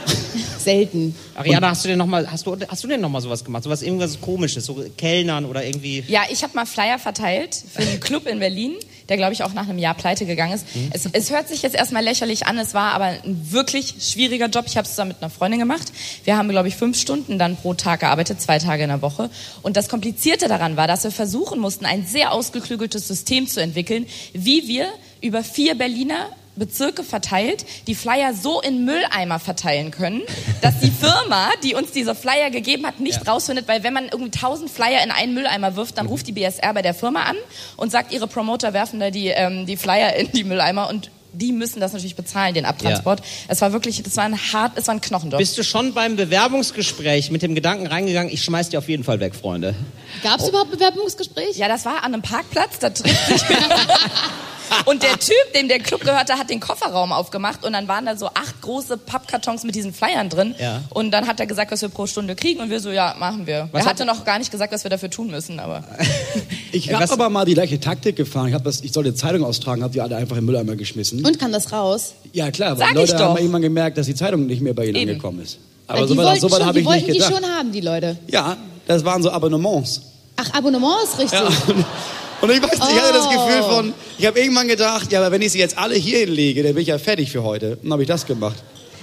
selten.
Ariana, hast du denn nochmal, hast du, hast du denn noch mal sowas gemacht? Sowas irgendwas komisches, so Kellnern oder irgendwie.
Ja, ich habe mal Flyer verteilt für einen Club in Berlin, der, glaube ich, auch nach einem Jahr pleite gegangen ist. Es, es hört sich jetzt erstmal lächerlich an, es war aber ein wirklich schwieriger Job. Ich habe es zusammen mit einer Freundin gemacht. Wir haben, glaube ich, fünf Stunden dann pro Tag gearbeitet, zwei Tage in der Woche. Und das Komplizierte daran war, dass wir versuchen mussten, ein sehr ausgeklügeltes System zu entwickeln, wie wir über vier Berliner Bezirke verteilt, die Flyer so in Mülleimer verteilen können, dass die Firma, die uns diese Flyer gegeben hat, nicht rausfindet, weil wenn man irgendwie 1000 Flyer in einen Mülleimer wirft, dann ruft die BSR bei der Firma an und sagt, ihre Promoter werfen da die, ähm, die Flyer in die Mülleimer und die müssen das natürlich bezahlen, den Abtransport. Es war wirklich, es war ein hart, es war ein Knochenjob.
Bist du schon beim Bewerbungsgespräch mit dem Gedanken reingegangen, ich schmeiß die auf jeden Fall weg, Freunde?
Gab
Oh.
es überhaupt Bewerbungsgespräch?
Ja, das war an einem Parkplatz, da trifft sich Und der Typ, dem der Club gehörte, hat den Kofferraum aufgemacht und dann waren da so acht große Pappkartons mit diesen Flyern drin.
Ja.
Und dann hat er gesagt, was wir pro Stunde kriegen und wir so, ja, machen wir.
Was
er hatte
hat-
noch gar nicht gesagt, was wir dafür tun müssen, aber.
Ich
Äh,
habe
was-
aber mal die gleiche Taktik gefahren. Ich, hab das, ich sollte Zeitung austragen, habe die alle einfach im Mülleimer geschmissen.
Und kann das raus?
Ja, klar,
Sag
weil
ich
Leute
doch.
haben irgendwann gemerkt, dass die Zeitung nicht mehr bei ihnen
Eben.
angekommen ist.
Weil
Aber
die
so weit,
wollten,
so weit
schon,
habe
die
ich
wollten
nicht
die
gedacht.
schon haben, die Leute.
Ja, das waren so Abonnements.
Ach, Abonnements, richtig.
Ja. Und ich weiß nicht, ich hatte das
Oh.
Gefühl von, ich habe irgendwann gedacht, ja, aber wenn ich sie jetzt alle hier hinlege, dann bin ich ja fertig für heute. Und dann habe ich das gemacht.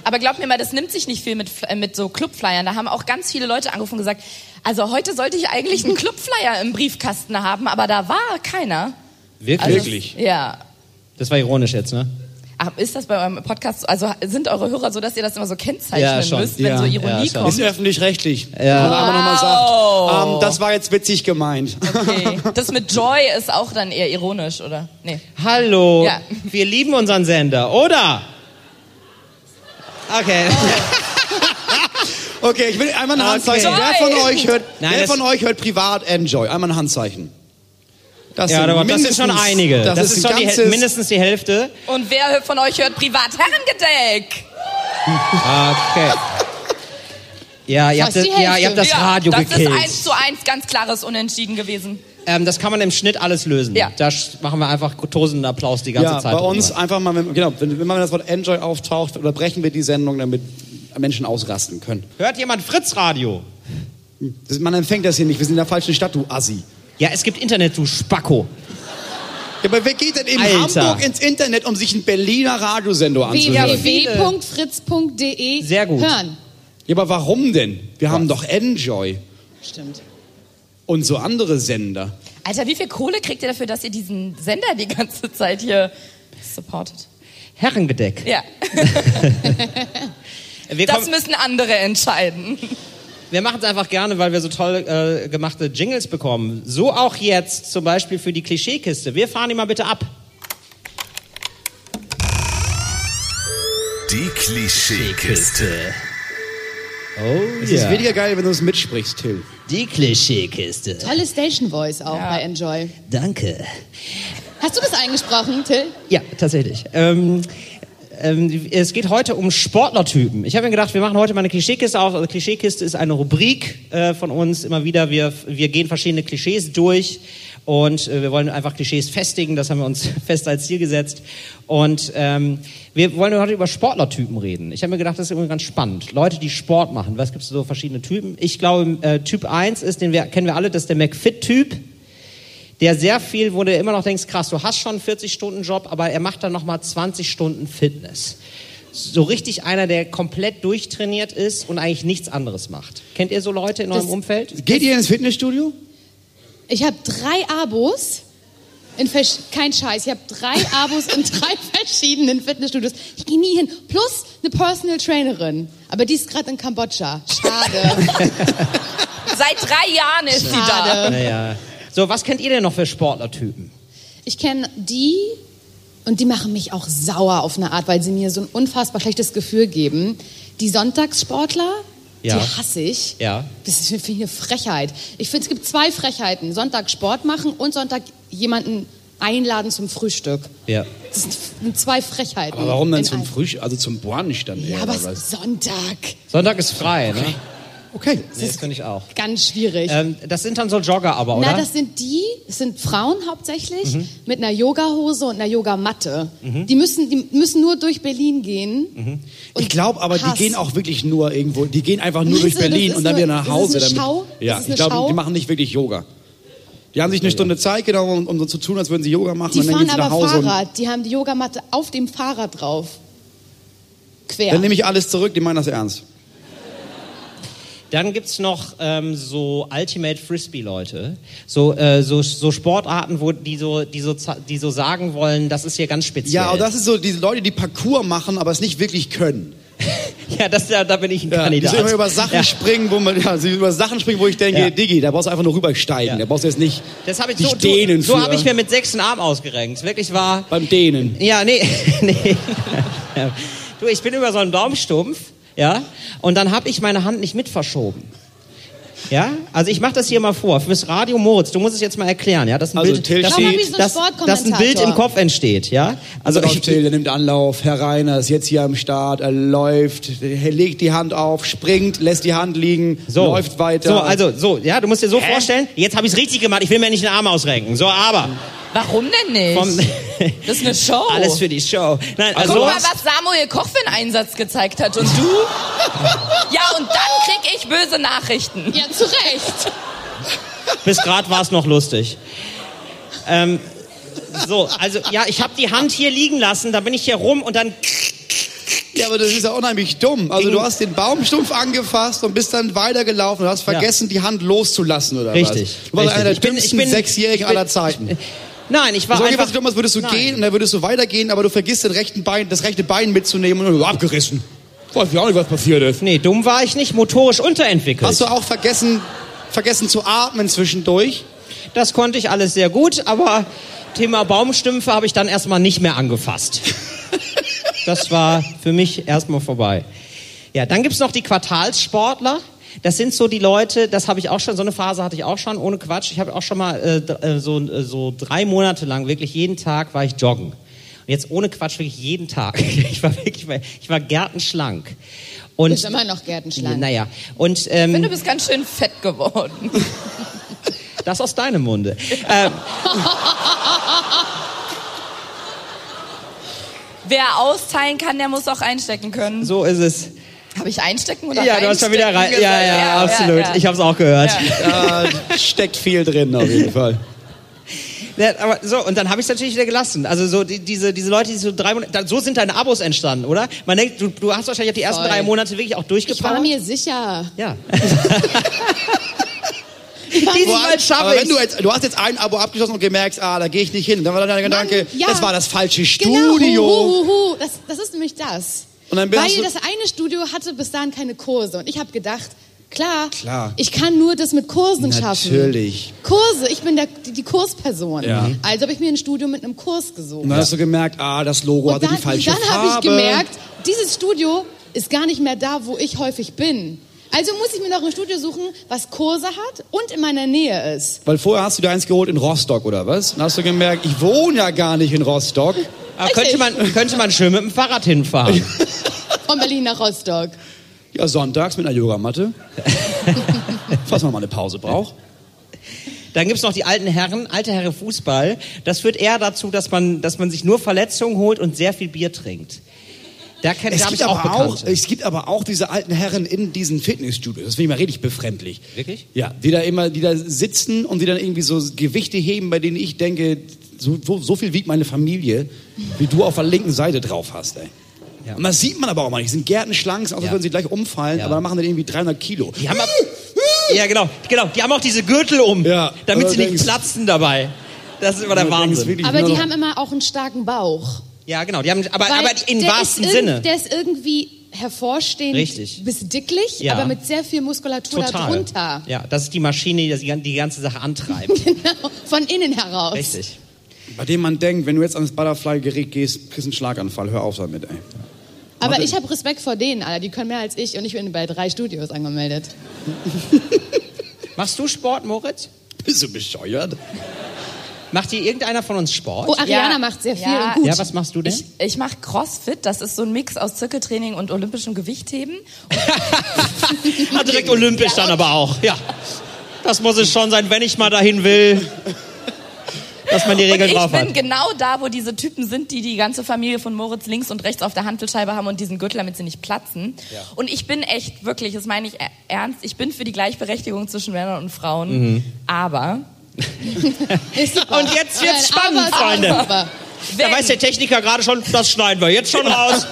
Aber glaub mir mal, das nimmt sich nicht viel mit, F- äh, mit so Clubflyern. Da haben auch ganz viele Leute angerufen und gesagt, also heute sollte ich eigentlich einen Clubflyer im Briefkasten haben, aber da war keiner. Also,
Wirklich?
Ja.
Das war ironisch jetzt, ne?
Ach, ist das bei eurem Podcast, also sind eure Hörer so, dass ihr das immer so kennzeichnen
Ja, schon.
müsst, wenn
Ja,
so Ironie
ja, schon.
kommt?
Ist öffentlich-rechtlich.
Ja.
Wenn man nochmal sagt, ähm, das war jetzt witzig gemeint.
Okay. Das mit Joy ist auch dann eher ironisch, oder? Nee.
Hallo,
Ja.
wir lieben unseren Sender, oder? Okay.
Okay, ich will einmal ein Handzeichen.
Okay.
Wer von euch hört,
Nein,
wer
das-
von euch hört privat Enjoy? Einmal ein Handzeichen. Das
also
Ja, aber das sind
mindestens-
schon einige. Das, ist,
ein
schon die, Häl-
ganzes-
mindestens die Hälfte.
Und wer von euch hört privat Herrengedeck?
Okay. Ja, ihr habt, das,
Fast die
ja, ihr
Hälfte.
habt das
ja,
Radio
das
gekillt.
ist eins zu eins ganz klares Unentschieden gewesen.
ähm, das kann man im Schnitt alles lösen.
Ja.
Da sch- machen wir einfach tosenden Applaus die ganze
ja,
Zeit.
bei uns
drüber.
einfach mal, wenn, genau, wenn, wenn man das Wort Enjoy auftaucht, unterbrechen wir die Sendung, damit Menschen ausrasten können.
Hört jemand Fritz Radio?
Das, man empfängt das hier nicht. Wir sind in der falschen Stadt, du Assi.
Ja, es gibt Internet, du Spacko.
Ja, aber wer geht denn in
Alter.
Hamburg ins Internet, um sich einen Berliner Radiosender anzuhören?
www.fritz.de
Sehr gut.
hören.
Ja, aber warum denn? Wir haben doch Enjoy
Stimmt.
und so andere Sender.
Alter, wie viel Kohle kriegt ihr dafür, dass ihr diesen Sender die ganze Zeit hier supportet?
Herrengedeck.
Ja.
Wir,
Das
kommen,
müssen andere entscheiden.
wir machen es einfach gerne, weil wir so toll äh, gemachte Jingles bekommen. So auch jetzt zum Beispiel für die Klischeekiste. Wir fahren die mal bitte ab.
Die Klischeekiste.
Oh
Es ist weniger geil, wenn du es mitsprichst, Till.
Die Klischeekiste.
Tolle Station Voice auch bei Enjoy.
Danke.
Hast du das eingesprochen, Till?
Ja, tatsächlich. Ähm, ähm, es geht heute um Sportlertypen. Ich habe mir gedacht, wir machen heute mal eine Klischeekiste auf. Also Klischeekiste ist eine Rubrik äh, von uns immer wieder. Wir, wir gehen verschiedene Klischees durch und äh, wir wollen einfach Klischees festigen. Das haben wir uns fest als Ziel gesetzt. Und ähm, wir wollen heute über Sportlertypen reden. Ich habe mir gedacht, das ist irgendwie ganz spannend. Leute, die Sport machen. Was gibt es so verschiedene Typen? Ich glaube, äh, Typ 1 ist, den wir, kennen wir alle, das ist der McFit-Typ der sehr viel, wo du immer noch denkst, krass, du hast schon einen 40-Stunden-Job, aber er macht dann nochmal 20 Stunden Fitness. So richtig einer, der komplett durchtrainiert ist und eigentlich nichts anderes macht. Kennt ihr so Leute in eurem
Das-
Umfeld?
Geht ihr ins Fitnessstudio?
Ich habe drei Abos. In vers- kein Scheiß, ich habe drei Abos in drei verschiedenen Fitnessstudios. Ich gehe nie hin. Plus eine Personal Trainerin. Aber die ist gerade in Kambodscha. Schade.
Seit drei Jahren ist sie da.
Schade.
Naja. So, was kennt ihr denn noch für Sportlertypen?
Ich kenne die und die machen mich auch sauer auf eine Art, weil sie mir so ein unfassbar schlechtes Gefühl geben. Die Sonntagssportler,
Ja.
die hasse ich.
Ja.
Das ist für mich eine Frechheit. Ich finde, es gibt zwei Frechheiten. Sonntag Sport machen und Sonntag jemanden einladen zum Frühstück.
Ja.
Das sind sind zwei Frechheiten.
Aber warum dann
in
zum
einem.
Frühstück, also zum Brunch dann eher?
Ja, aber
oder
es
was?
ist Sonntag.
Sonntag ist frei, ne?
Okay. Äh,
Nee, das finde ich auch.
Ganz schwierig.
Ähm, das sind dann so Jogger aber, oder?
Na, das sind die, das sind Frauen hauptsächlich,
Mhm.
mit einer Yogahose und einer Yogamatte. Die, müssen, die müssen nur durch Berlin gehen.
Mhm. Ich glaube aber,
Hass.
die gehen auch wirklich nur irgendwo, die gehen einfach nur
Meinst
durch
du, das
Berlin
ist
und dann
nur-
wieder nach
ist es
Hause.
eine
damit.
Schau?
Ja,
Ist es
ich
eine
glaube,
Schau?
die machen nicht wirklich Yoga. Die haben sich eine Stunde Zeit genommen, um, um so zu tun, als würden sie Yoga machen
Die
und dann gehen sie
fahren
nach
aber
Hause. und-
Fahrrad. Die haben die Yogamatte auf dem Fahrrad drauf. Quer.
Dann nehme ich alles zurück, die meinen das ernst.
Dann gibt's noch ähm, so Ultimate Frisbee-Leute. So, äh, so, so Sportarten, wo die so, die, so, za- die so sagen wollen, das ist hier ganz speziell.
Ja, aber das ist so diese Leute, die Parcours machen, aber es nicht wirklich können.
Ja, das, da, da bin ich ein
Ja, die
Kandidat.
so immer über Sachen
Ja.
springen, wo man, ja, sie über Sachen springen, wo ich denke,
Ja.
Digi, da brauchst du einfach nur rübersteigen.
Ja.
Da brauchst du jetzt nicht
Das habe ich
dich
so,
dehnen
so, so
für-
habe ich mir mit sechsten Arm ausgerenkt. Wirklich war.
beim Dehnen.
Ja, nee, nee. Ja. Du, ich bin über so einen Baumstumpf, ja, und dann habe ich meine Hand nicht mit verschoben. Ja, also ich mache das hier mal vor. Fürs Radio Moritz, du musst es jetzt mal erklären, ja, dass ein
Also, Till
Bild, dass,
steht- Warum hab
ich so einen
dass, dass ein
Sportkommentator?
Bild im Kopf entsteht, ja. Also
Also
ich,
Till, der nimmt Anlauf, Herr Reiner ist jetzt hier am Start, er läuft, er legt die Hand auf, springt, lässt die Hand liegen,
so,
läuft weiter.
So, also so, ja, du musst dir so vorstellen. Jetzt habe ich es richtig gemacht. Ich will mir nicht den Arm ausrenken. So, aber
Warum denn nicht?
vom,
Das ist eine Show.
alles für die Show. Nein,
Guck
also
mal, was Samuel Koch für einen Einsatz gezeigt hat. Und du? ja, und dann krieg ich böse Nachrichten.
ja, zu Recht.
Bis gerade war es noch lustig. Ähm, so, also ja, ich habe die Hand hier liegen lassen, dann bin ich hier rum und dann
Ja, aber das ist ja unheimlich dumm. Also du hast den Baumstumpf angefasst und bist dann weitergelaufen und hast vergessen, die Hand loszulassen oder
Richtig,
was? Du warst
richtig.
einer der
Ich bin-
dümmsten
ich bin-
Sechsjährigen
ich bin-
aller Zeiten.
Nein, ich war
so
einfach...
was Dummes würdest du gehen und dann würdest du weitergehen, aber du vergisst den rechten Bein, das rechte Bein mitzunehmen und dann abgerissen. Weiß ich auch nicht, was passiert ist.
Nee, dumm war ich nicht, motorisch unterentwickelt.
Hast du auch vergessen, vergessen zu atmen zwischendurch?
Das konnte ich alles sehr gut, aber Thema Baumstümpfe habe ich dann erstmal nicht mehr angefasst. Das war für mich erstmal vorbei. Ja, dann gibt's noch die Quartalssportler. Das sind so die Leute, das habe ich auch schon, so eine Phase hatte ich auch schon, ohne Quatsch. Ich habe auch schon mal äh, d- äh, so, äh, so drei Monate lang, wirklich jeden Tag war ich joggen. Und jetzt ohne Quatsch, wirklich jeden Tag. Ich war wirklich, ich war gärtenschlank.
Du
Und,
bist immer noch Gärtenschlank.
Naja, und... Ähm,
Ich finde, du bist ganz schön fett geworden.
Das aus deinem Munde. Ähm,
Wer austeilen kann, der muss auch einstecken können.
so ist es.
Habe ich einstecken oder
ja, du hast schon wieder rein.
reinstecken
Ja, ja,
gesagt?
absolut.
ja.
Ich habe es auch gehört.
Da steckt viel drin auf jeden Fall.
Ja, aber so und dann habe ich es natürlich wieder gelassen. Also so die, diese diese Leute, die so drei Monate, dann- so sind deine Abos entstanden, oder? Man denkt, du, du hast wahrscheinlich die ersten
Voll.
drei Monate wirklich auch
Ich war
durchgepackt.
mir sicher.
Ja.
Boah,
Diesmal
aber
schaffe
wenn
ich.
du jetzt, du hast jetzt ein Abo abgeschlossen und gemerkt, ah, da gehe ich nicht hin. Dann war dann dein
Mann,
Gedanke,
ja.
das war das falsche
Genau,
Studio.
Hu, hu, hu. Das, das ist nämlich das.
Und dann bist
Weil
du-
das eine Studio hatte bis dahin keine Kurse. Und ich habe gedacht, klar,
Klar.
ich kann nur das mit Kursen schaffen.
Natürlich. Mhm.
Kurse, ich bin der, die, die Kursperson.
Ja.
Also habe ich mir ein Studio mit einem Kurs gesucht.
Und dann hast du gemerkt, ah, das Logo
Und
hatte
dann,
die falsche
dann
Farbe.
habe ich gemerkt, dieses Studio ist gar nicht mehr da, wo ich häufig bin. Also muss ich mir noch ein Studio suchen, was Kurse hat und in meiner Nähe ist.
Weil vorher hast du dir eins geholt in Rostock oder was? Dann hast du gemerkt, ich wohne ja gar nicht in Rostock.
Ah, könnte man könnte man schön mit dem Fahrrad hinfahren.
Von Berlin nach Rostock.
Ja, sonntags mit einer Yogamatte. Falls man mal eine Pause braucht.
Dann gibt's noch die alten Herren, alte Herren Fußball. Das führt eher dazu, dass man, dass man sich nur Verletzungen holt und sehr viel Bier trinkt. Da, kenn- da habe ich auch Bekannte.
es gibt aber auch diese alten Herren in diesen Fitnessstudios. Das finde ich mal richtig befremdlich.
Wirklich?
Ja, die da immer, die da sitzen und die dann irgendwie so Gewichte heben, bei denen ich denke, so, wo- so viel wiegt meine Familie, wie du auf der linken Seite drauf hast, ey.
Ja.
Und das sieht man aber auch mal nicht. Die sind Gärtenschlank, außer
Ja.
würden sie gleich umfallen,
Ja.
aber dann machen die irgendwie 300 Kilo.
Die haben ab ja, genau, genau. Die haben auch diese Gürtel um,
Ja,
damit sie nicht
allerdings.
platzen dabei. Das ist immer der Wahnsinn.
Wirklich
Aber
nur
die
noch-
haben immer auch einen starken Bauch.
Ja, genau. Die haben, aber,
Weil
aber im
der
wahrsten
ist irgend-
Sinne.
Der ist irgendwie hervorstehend
Richtig.
bis dicklich,
Ja.
aber mit sehr viel Muskulatur
Total.
darunter.
Ja, das ist die Maschine, die das- die ganze Sache antreibt.
Genau, von innen heraus.
Richtig.
Bei dem man denkt, wenn du jetzt ans Butterfly-Gerät gehst, kriegst du einen Schlaganfall. Hör auf damit, ey.
Aber ich habe Respekt vor denen, Alter. Die können mehr als ich und ich bin bei drei Studios angemeldet.
Machst du Sport, Moritz?
Bist du bescheuert?
Macht dir irgendeiner von uns Sport?
Oh, Ariana
Ja.
macht sehr viel
Ja.
und gut.
ja, was machst du denn?
Ich, ich mache Crossfit, das ist so ein Mix aus Zirkeltraining und olympischem Gewichtheben.
Ah, direkt olympisch dann aber auch. Ja. Das muss es schon sein, wenn ich mal dahin will, dass man die
Und
Regeln
ich
drauf
bin
hat.
genau da, wo diese Typen sind, die die ganze Familie von Moritz links und rechts auf der Handelscheibe haben und diesen Gürtel, damit sie nicht platzen. Und ich bin echt, wirklich, das meine ich e- ernst, ich bin für die Gleichberechtigung zwischen Männern und Frauen.
Mhm.
Aber
Ist super.
Und jetzt wird's
Aber-
spannend,
aber-
Freunde.
aber-
Da
wenn,
weiß der Techniker gerade schon, das schneiden wir jetzt schon raus.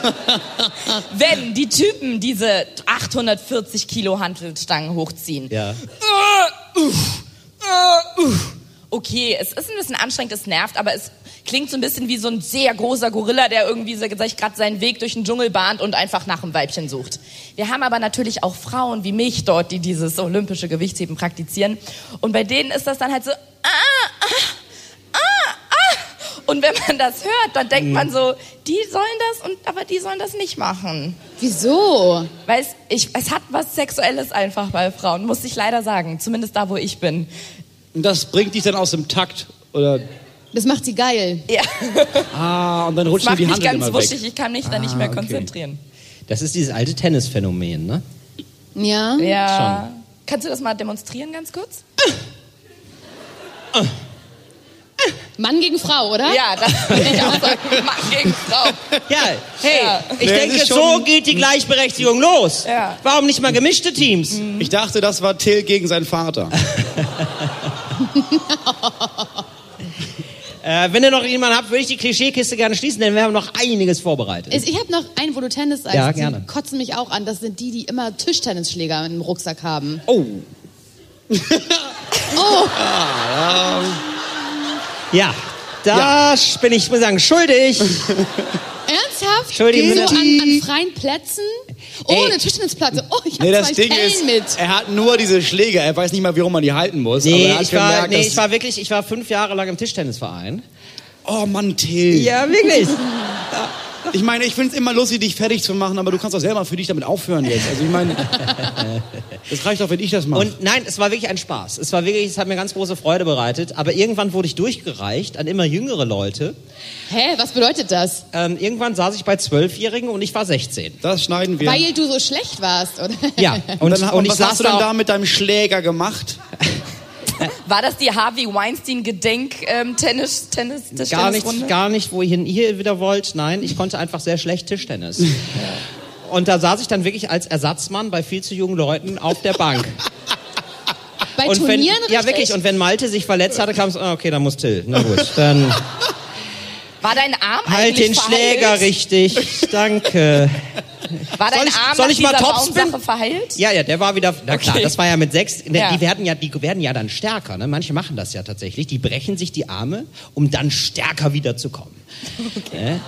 wenn die Typen diese 840 Kilo Handelstangen hochziehen,
Ja.
Äh, uff, äh, uff. Okay, es ist ein bisschen anstrengend, es nervt, aber es klingt so ein bisschen wie so ein sehr großer Gorilla, der irgendwie so- sich gerade seinen Weg durch den Dschungel bahnt und einfach nach einem Weibchen sucht. Wir haben aber natürlich auch Frauen wie mich dort, die dieses olympische Gewichtsheben praktizieren. Und bei denen ist das dann halt so, ah, ah, ah, ah. Und wenn man das hört, dann denkt man so, die sollen das, und, aber die sollen das nicht machen.
Wieso?
Weil es, ich, es hat was Sexuelles einfach bei Frauen, muss ich leider sagen. Zumindest da, wo ich bin.
Und das bringt dich dann aus dem Takt. Oder,
Das macht sie geil.
Ja.
ah, und dann rutscht dir
Macht
die
mich
Hand
ganz
immer
wuschig,
weg.
ich kann mich da nicht
Ah,
mehr
okay.
konzentrieren.
Das ist dieses alte Tennisphänomen, ne?
Ja.
Ja. Kannst du das mal demonstrieren ganz kurz?
Mann gegen Frau, oder?
Ja, das will ich auch sagen. Mann gegen Frau.
Ja, hey,
Ja.
ich
Nee, das
denke,
ist schon-
so geht die Gleichberechtigung los.
Ja.
Warum nicht mal gemischte Teams?
Ich dachte, das war Till gegen seinen Vater.
Äh, wenn ihr noch jemanden habt, würde ich die Klischeekiste gerne schließen, denn wir haben noch einiges vorbereitet.
Ich habe noch einen, wo du Tennis sagst.
Ja,
die
gerne.
kotzen mich auch an. Das sind die, die immer Tischtennisschläger im Rucksack haben.
Oh.
Oh,
Ja, da bin ich, muss ich sagen, schuldig.
ernsthaft?
Entschuldigung,
so an,
bitte.
an freien Plätzen? Oh,
Ey.
eine Tischtennisplatte. Oh, ich habe
Nee, das
zwei
Ding
Stellen
ist,
mit.
er hat nur diese Schläger. Er weiß nicht mal, wie rum man die halten muss. aber
Nee,
er hat
ich war,
gemerkt,
nee,
dass-
ich war wirklich, ich war fünf Jahre lang im Tischtennisverein.
Oh Mann, Till.
Ja, wirklich.
Ich meine, ich finde es immer lustig, dich fertig zu machen, aber du kannst doch selber für dich damit aufhören jetzt. Also ich meine, es reicht doch, wenn ich das mache.
Und nein, es war wirklich ein Spaß. Es war wirklich, es hat mir ganz große Freude bereitet. Aber irgendwann wurde ich durchgereicht an immer jüngere Leute.
Hä, was bedeutet das?
Ähm, irgendwann saß ich bei Zwölfjährigen und ich war 16.
Das schneiden wir.
Weil du so schlecht warst, oder?
Ja, und,
und, dann,
und,
und,
ich
was
saß
hast du denn
da,
da mit deinem Schläger gemacht?
War das die Harvey Weinstein Gedenk ähm, Tennis Tennis
gar
Tischtennisrunde?
nicht, gar nicht, wo ihr hin hier wieder wollt. Nein, ich konnte einfach sehr schlecht Tischtennis. Und da saß ich dann wirklich als Ersatzmann bei viel zu jungen Leuten auf der Bank.
Bei
und wenn,
Turnieren
ja,
richtig.
wirklich. Und wenn Malte sich verletzt hatte, kam es, ah, okay, dann muss Till. Na gut, dann
War dein Arm
halt
eigentlich
den
verheilt?
Schläger richtig. Danke.
War dein
Soll ich-
Arm
soll
nach
ich mal
dieser
Topspin?
Baumsache verheilt?
Ja, ja, der war wieder, na klar,
Okay.
das war ja mit sechs, ne,
Ja.
die werden ja, die werden ja dann stärker, ne? manche machen das ja tatsächlich, die brechen sich die Arme, um dann stärker wiederzukommen. Ne?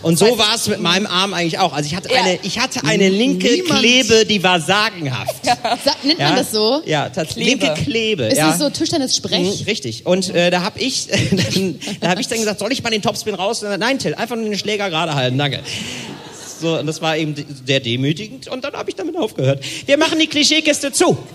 Und so war es mit meinem Arm eigentlich auch. Also ich hatte
Ja.
eine, ich hatte eine linke
Niemand-
Klebe, die war sagenhaft.
Sa- Nennt man das so?
Ja, tatsächlich.
Klebe.
Linke Klebe.
Ist
ja.
das so Tischtennis-Sprech?
Mhm, Richtig. Und äh, da habe ich, dann, da hab ich dann gesagt, soll ich mal den Topspin raus? Und er, Nein, Till, einfach nur den Schläger gerade halten, danke. So, und das war eben de- sehr demütigend. Und dann habe ich damit aufgehört. Wir machen die Klischeekiste zu.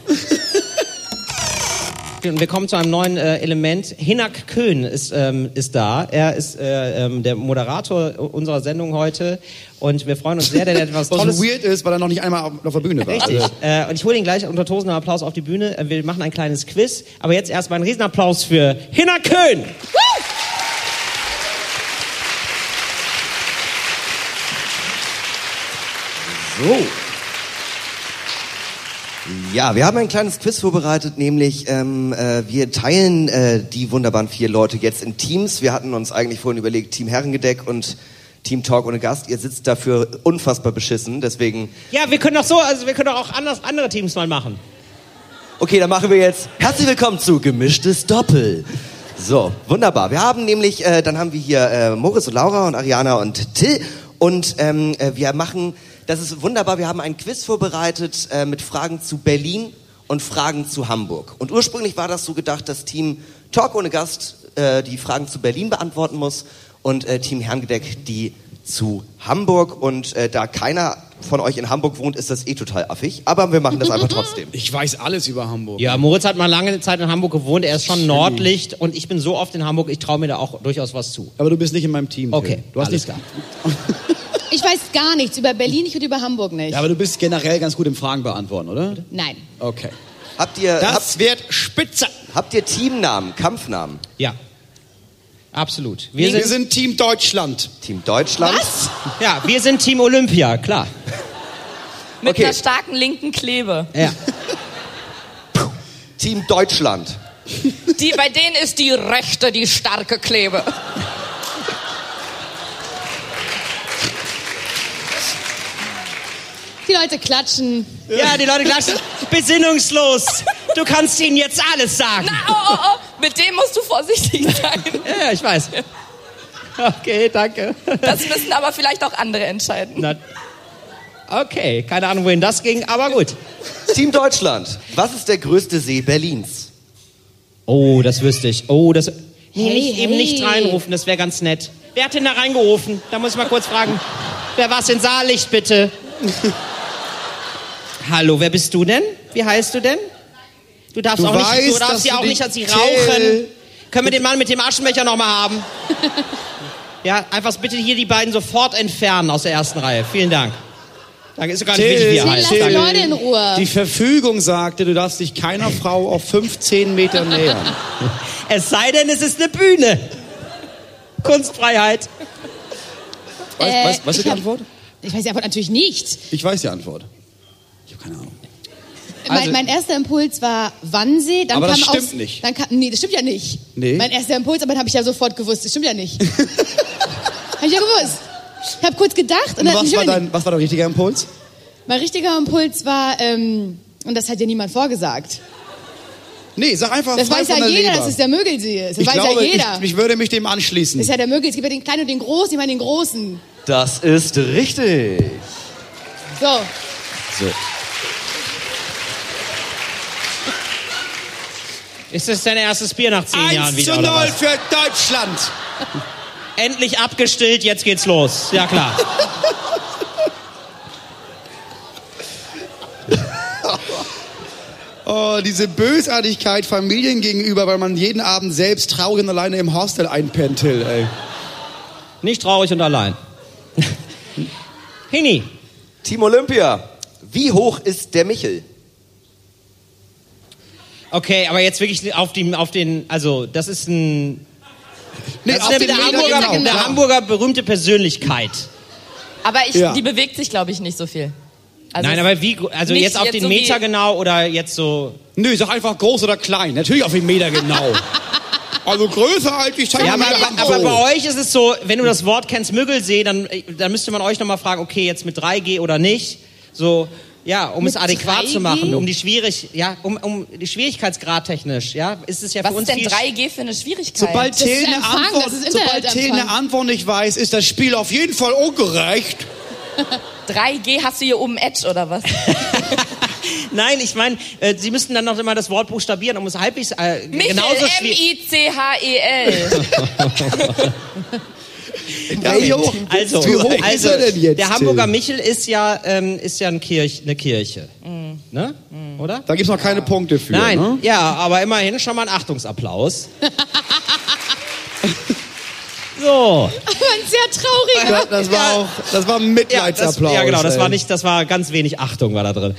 Und wir kommen zu einem neuen äh, Element. Hinak Köhn ist, ähm, ist da. Er ist äh, ähm, der Moderator unserer Sendung heute. Und wir freuen uns sehr, denn er hat etwas
Was
Tolles
weird ist, weil er noch nicht einmal auf auf der Bühne war.
Richtig.
Also,
Äh, und ich hole ihn gleich unter tosender Applaus auf die Bühne. Äh, Wir machen ein kleines Quiz. Aber jetzt erstmal einen Riesenapplaus für Hinner Köhn.
So. Ja, wir haben ein kleines Quiz vorbereitet, nämlich ähm, äh, wir teilen äh, die wunderbaren vier Leute jetzt in Teams. Wir hatten uns eigentlich vorhin überlegt, Team Herrengedeck und Team Talk ohne Gast. Ihr sitzt dafür unfassbar beschissen, deswegen...
Ja, wir können doch so, also wir können doch auch anders, andere Teams mal machen.
Okay, dann machen wir jetzt herzlich willkommen zu Gemischtes Doppel. So, wunderbar. Wir haben nämlich, äh, dann haben wir hier äh, Moritz und Laura und Ariana und Till. Und ähm, äh, wir machen, das ist wunderbar, wir haben einen Quiz vorbereitet äh, mit Fragen zu Berlin und Fragen zu Hamburg. Und ursprünglich war das so gedacht, dass Team Talk ohne Gast äh, die Fragen zu Berlin beantworten muss und äh, Team Herrengedeck die zu Hamburg. Und äh, da keiner von euch in Hamburg wohnt, ist das eh total affig. Aber wir machen das einfach trotzdem.
ich weiß alles über Hamburg.
Ja, Moritz hat mal lange Zeit in Hamburg gewohnt. Er ist schon Nordlicht und ich bin so oft in Hamburg, ich traue mir da auch durchaus was zu.
Aber du bist nicht in meinem Team. Till.
Okay,
du hast nicht-
alles klar.
Ich weiß gar nichts über Berlin nicht und über Hamburg nicht.
Ja, aber du bist generell ganz gut im Fragen beantworten, oder?
Nein.
Okay.
Habt ihr, habt,
Das wird spitze.
habt ihr Teamnamen, Kampfnamen?
Ja. Absolut.
Wir
Wir
sind,
sind,
Team Deutschland.
Team Deutschland?
Was?
ja, wir sind Team Olympia, klar.
Mit
Okay.
einer starken linken Klebe.
Ja.
Team Deutschland.
Die, bei denen ist die rechte die starke Klebe.
Die Leute klatschen.
Ja, die Leute klatschen. Besinnungslos. Du kannst ihnen jetzt alles sagen.
Na, oh, oh, oh, mit dem musst du vorsichtig sein.
Ja, ich weiß. Okay, danke.
Das müssen aber vielleicht auch andere entscheiden.
Na, okay, keine Ahnung, wohin das ging, aber gut.
Team Deutschland. Was ist der größte See Berlins?
Oh, das wüsste ich. Oh, das. Nee,
Hey,
nicht, eben
hey.
nicht reinrufen, das wäre ganz nett. Wer hat denn da reingerufen? Da muss ich mal kurz fragen. Wer war's denn? Saallicht, bitte. Hallo, wer bist du denn? Wie heißt du denn? Du darfst
Du
auch nicht, du
weißt,
darfst
dass
ja
du
auch
die-
nicht, dass sie
Till.
rauchen. Können wir den Mann mit dem Aschenbecher nochmal haben? ja, einfach bitte hier die beiden sofort entfernen aus der ersten Reihe. Vielen Dank. Danke, ist doch gar nicht wichtig, wie er
Till,
heißt.
lass die
Danke.
Leute in Ruhe.
Die Verfügung sagte, du darfst dich keiner Frau auf 15 Meter nähern.
Es sei denn, es ist eine Bühne. Kunstfreiheit.
Weißt,
Äh,
weißt, weißt du
ich
die
hab-
Antwort?
Ich weiß die Antwort natürlich nicht.
Ich weiß die Antwort. Ich habe keine Ahnung.
Mach
Also-
mein, mein erster Impuls war Wannsee. Dann
Aber
kam
das stimmt
aus,
nicht.
Dann kam, nee, das stimmt ja nicht.
Nee.
Mein erster Impuls, aber dann habe ich ja sofort gewusst, das stimmt ja nicht. habe ich ja gewusst. Ich habe kurz gedacht und,
Und
dann
was
stimmt
war,
ja nicht.
dein, was war dein richtiger Impuls?
Mein richtiger Impuls war, ähm, und das hat ja niemand vorgesagt.
Nee, sag einfach
Das
frei
weiß
von
ja
der
jeder,
Leber.
dass es der Mögelsee ist. Das
ich
weiß
glaube,
ja jeder.
Ich, ich würde mich dem
das ist
anschließen.
ja der Mögelsee. Es gibt ja den kleinen und den großen. Ich meine den großen.
Das ist richtig.
So.
So.
Ist das dein erstes Bier nach zehn Jahren
1
wieder?
zu
oder
0
was?
für Deutschland.
Endlich abgestillt, jetzt geht's los. Ja klar.
Oh, diese Bösartigkeit Familien gegenüber, weil man jeden Abend selbst traurig und alleine im Hostel einpennt, Till, ey.
Nicht traurig und allein. Hini.
Team Olympia. Wie hoch ist der Michel?
Okay, aber jetzt wirklich auf, die, auf den, also das ist ein...
Nee,
das
auf
ist eine,
den
eine,
Meter,
Hamburger,
genau,
eine
genau.
Hamburger berühmte Persönlichkeit.
Aber ich,
Ja.
die bewegt sich, glaube ich, nicht so viel. Also
Nein,
es-
aber wie, gro- also
nicht
jetzt auf
jetzt
den
so wie-
Meter genau oder jetzt so...
Nö, sag einfach groß oder klein. Natürlich auf den Meter genau. also größer als Oh. ich zeige
Ja, aber,
mal
aber,
groß.
aber bei euch ist es so, wenn du das Wort kennst, Müggelsee, dann, äh, dann müsste man euch nochmal fragen, okay, jetzt mit 3G oder nicht. So, ja, um
Mit
es adäquat
3G?
zu machen, um die schwierig, ja, um, um die Schwierigkeitsgrad technisch, ja, ist es ja
was
für uns
ist denn
viel
3G für eine Schwierigkeit?
Sobald Till, eine Antwort, sobald Till eine Antwort nicht weiß, ist das Spiel auf jeden Fall ungerecht.
3G hast du hier oben Edge oder was?
Nein, ich meine, äh, sie müssten dann noch immer das Wort buchstabieren, um es halbwegs äh,
Michel,
genauso schwierig.
M-I-C-H-E-L.
Ey, jo,
Also,
wie hoch ist
also
er denn jetzt,
der Hamburger
Till?
Michel ist ja, ähm, ist ja ein Kirch, eine Kirche.
Mhm.
Ne? Oder?
Da gibt's noch keine Punkte für.
Nein,
Ne?
ja, aber immerhin schon mal ein Achtungsapplaus. so.
Aber ein sehr trauriger.
Ja, das war auch, das war ein
Ja, das,
Mitleidsapplaus.
ja, genau, das
ey.
war nicht, das war ganz wenig Achtung war da drin.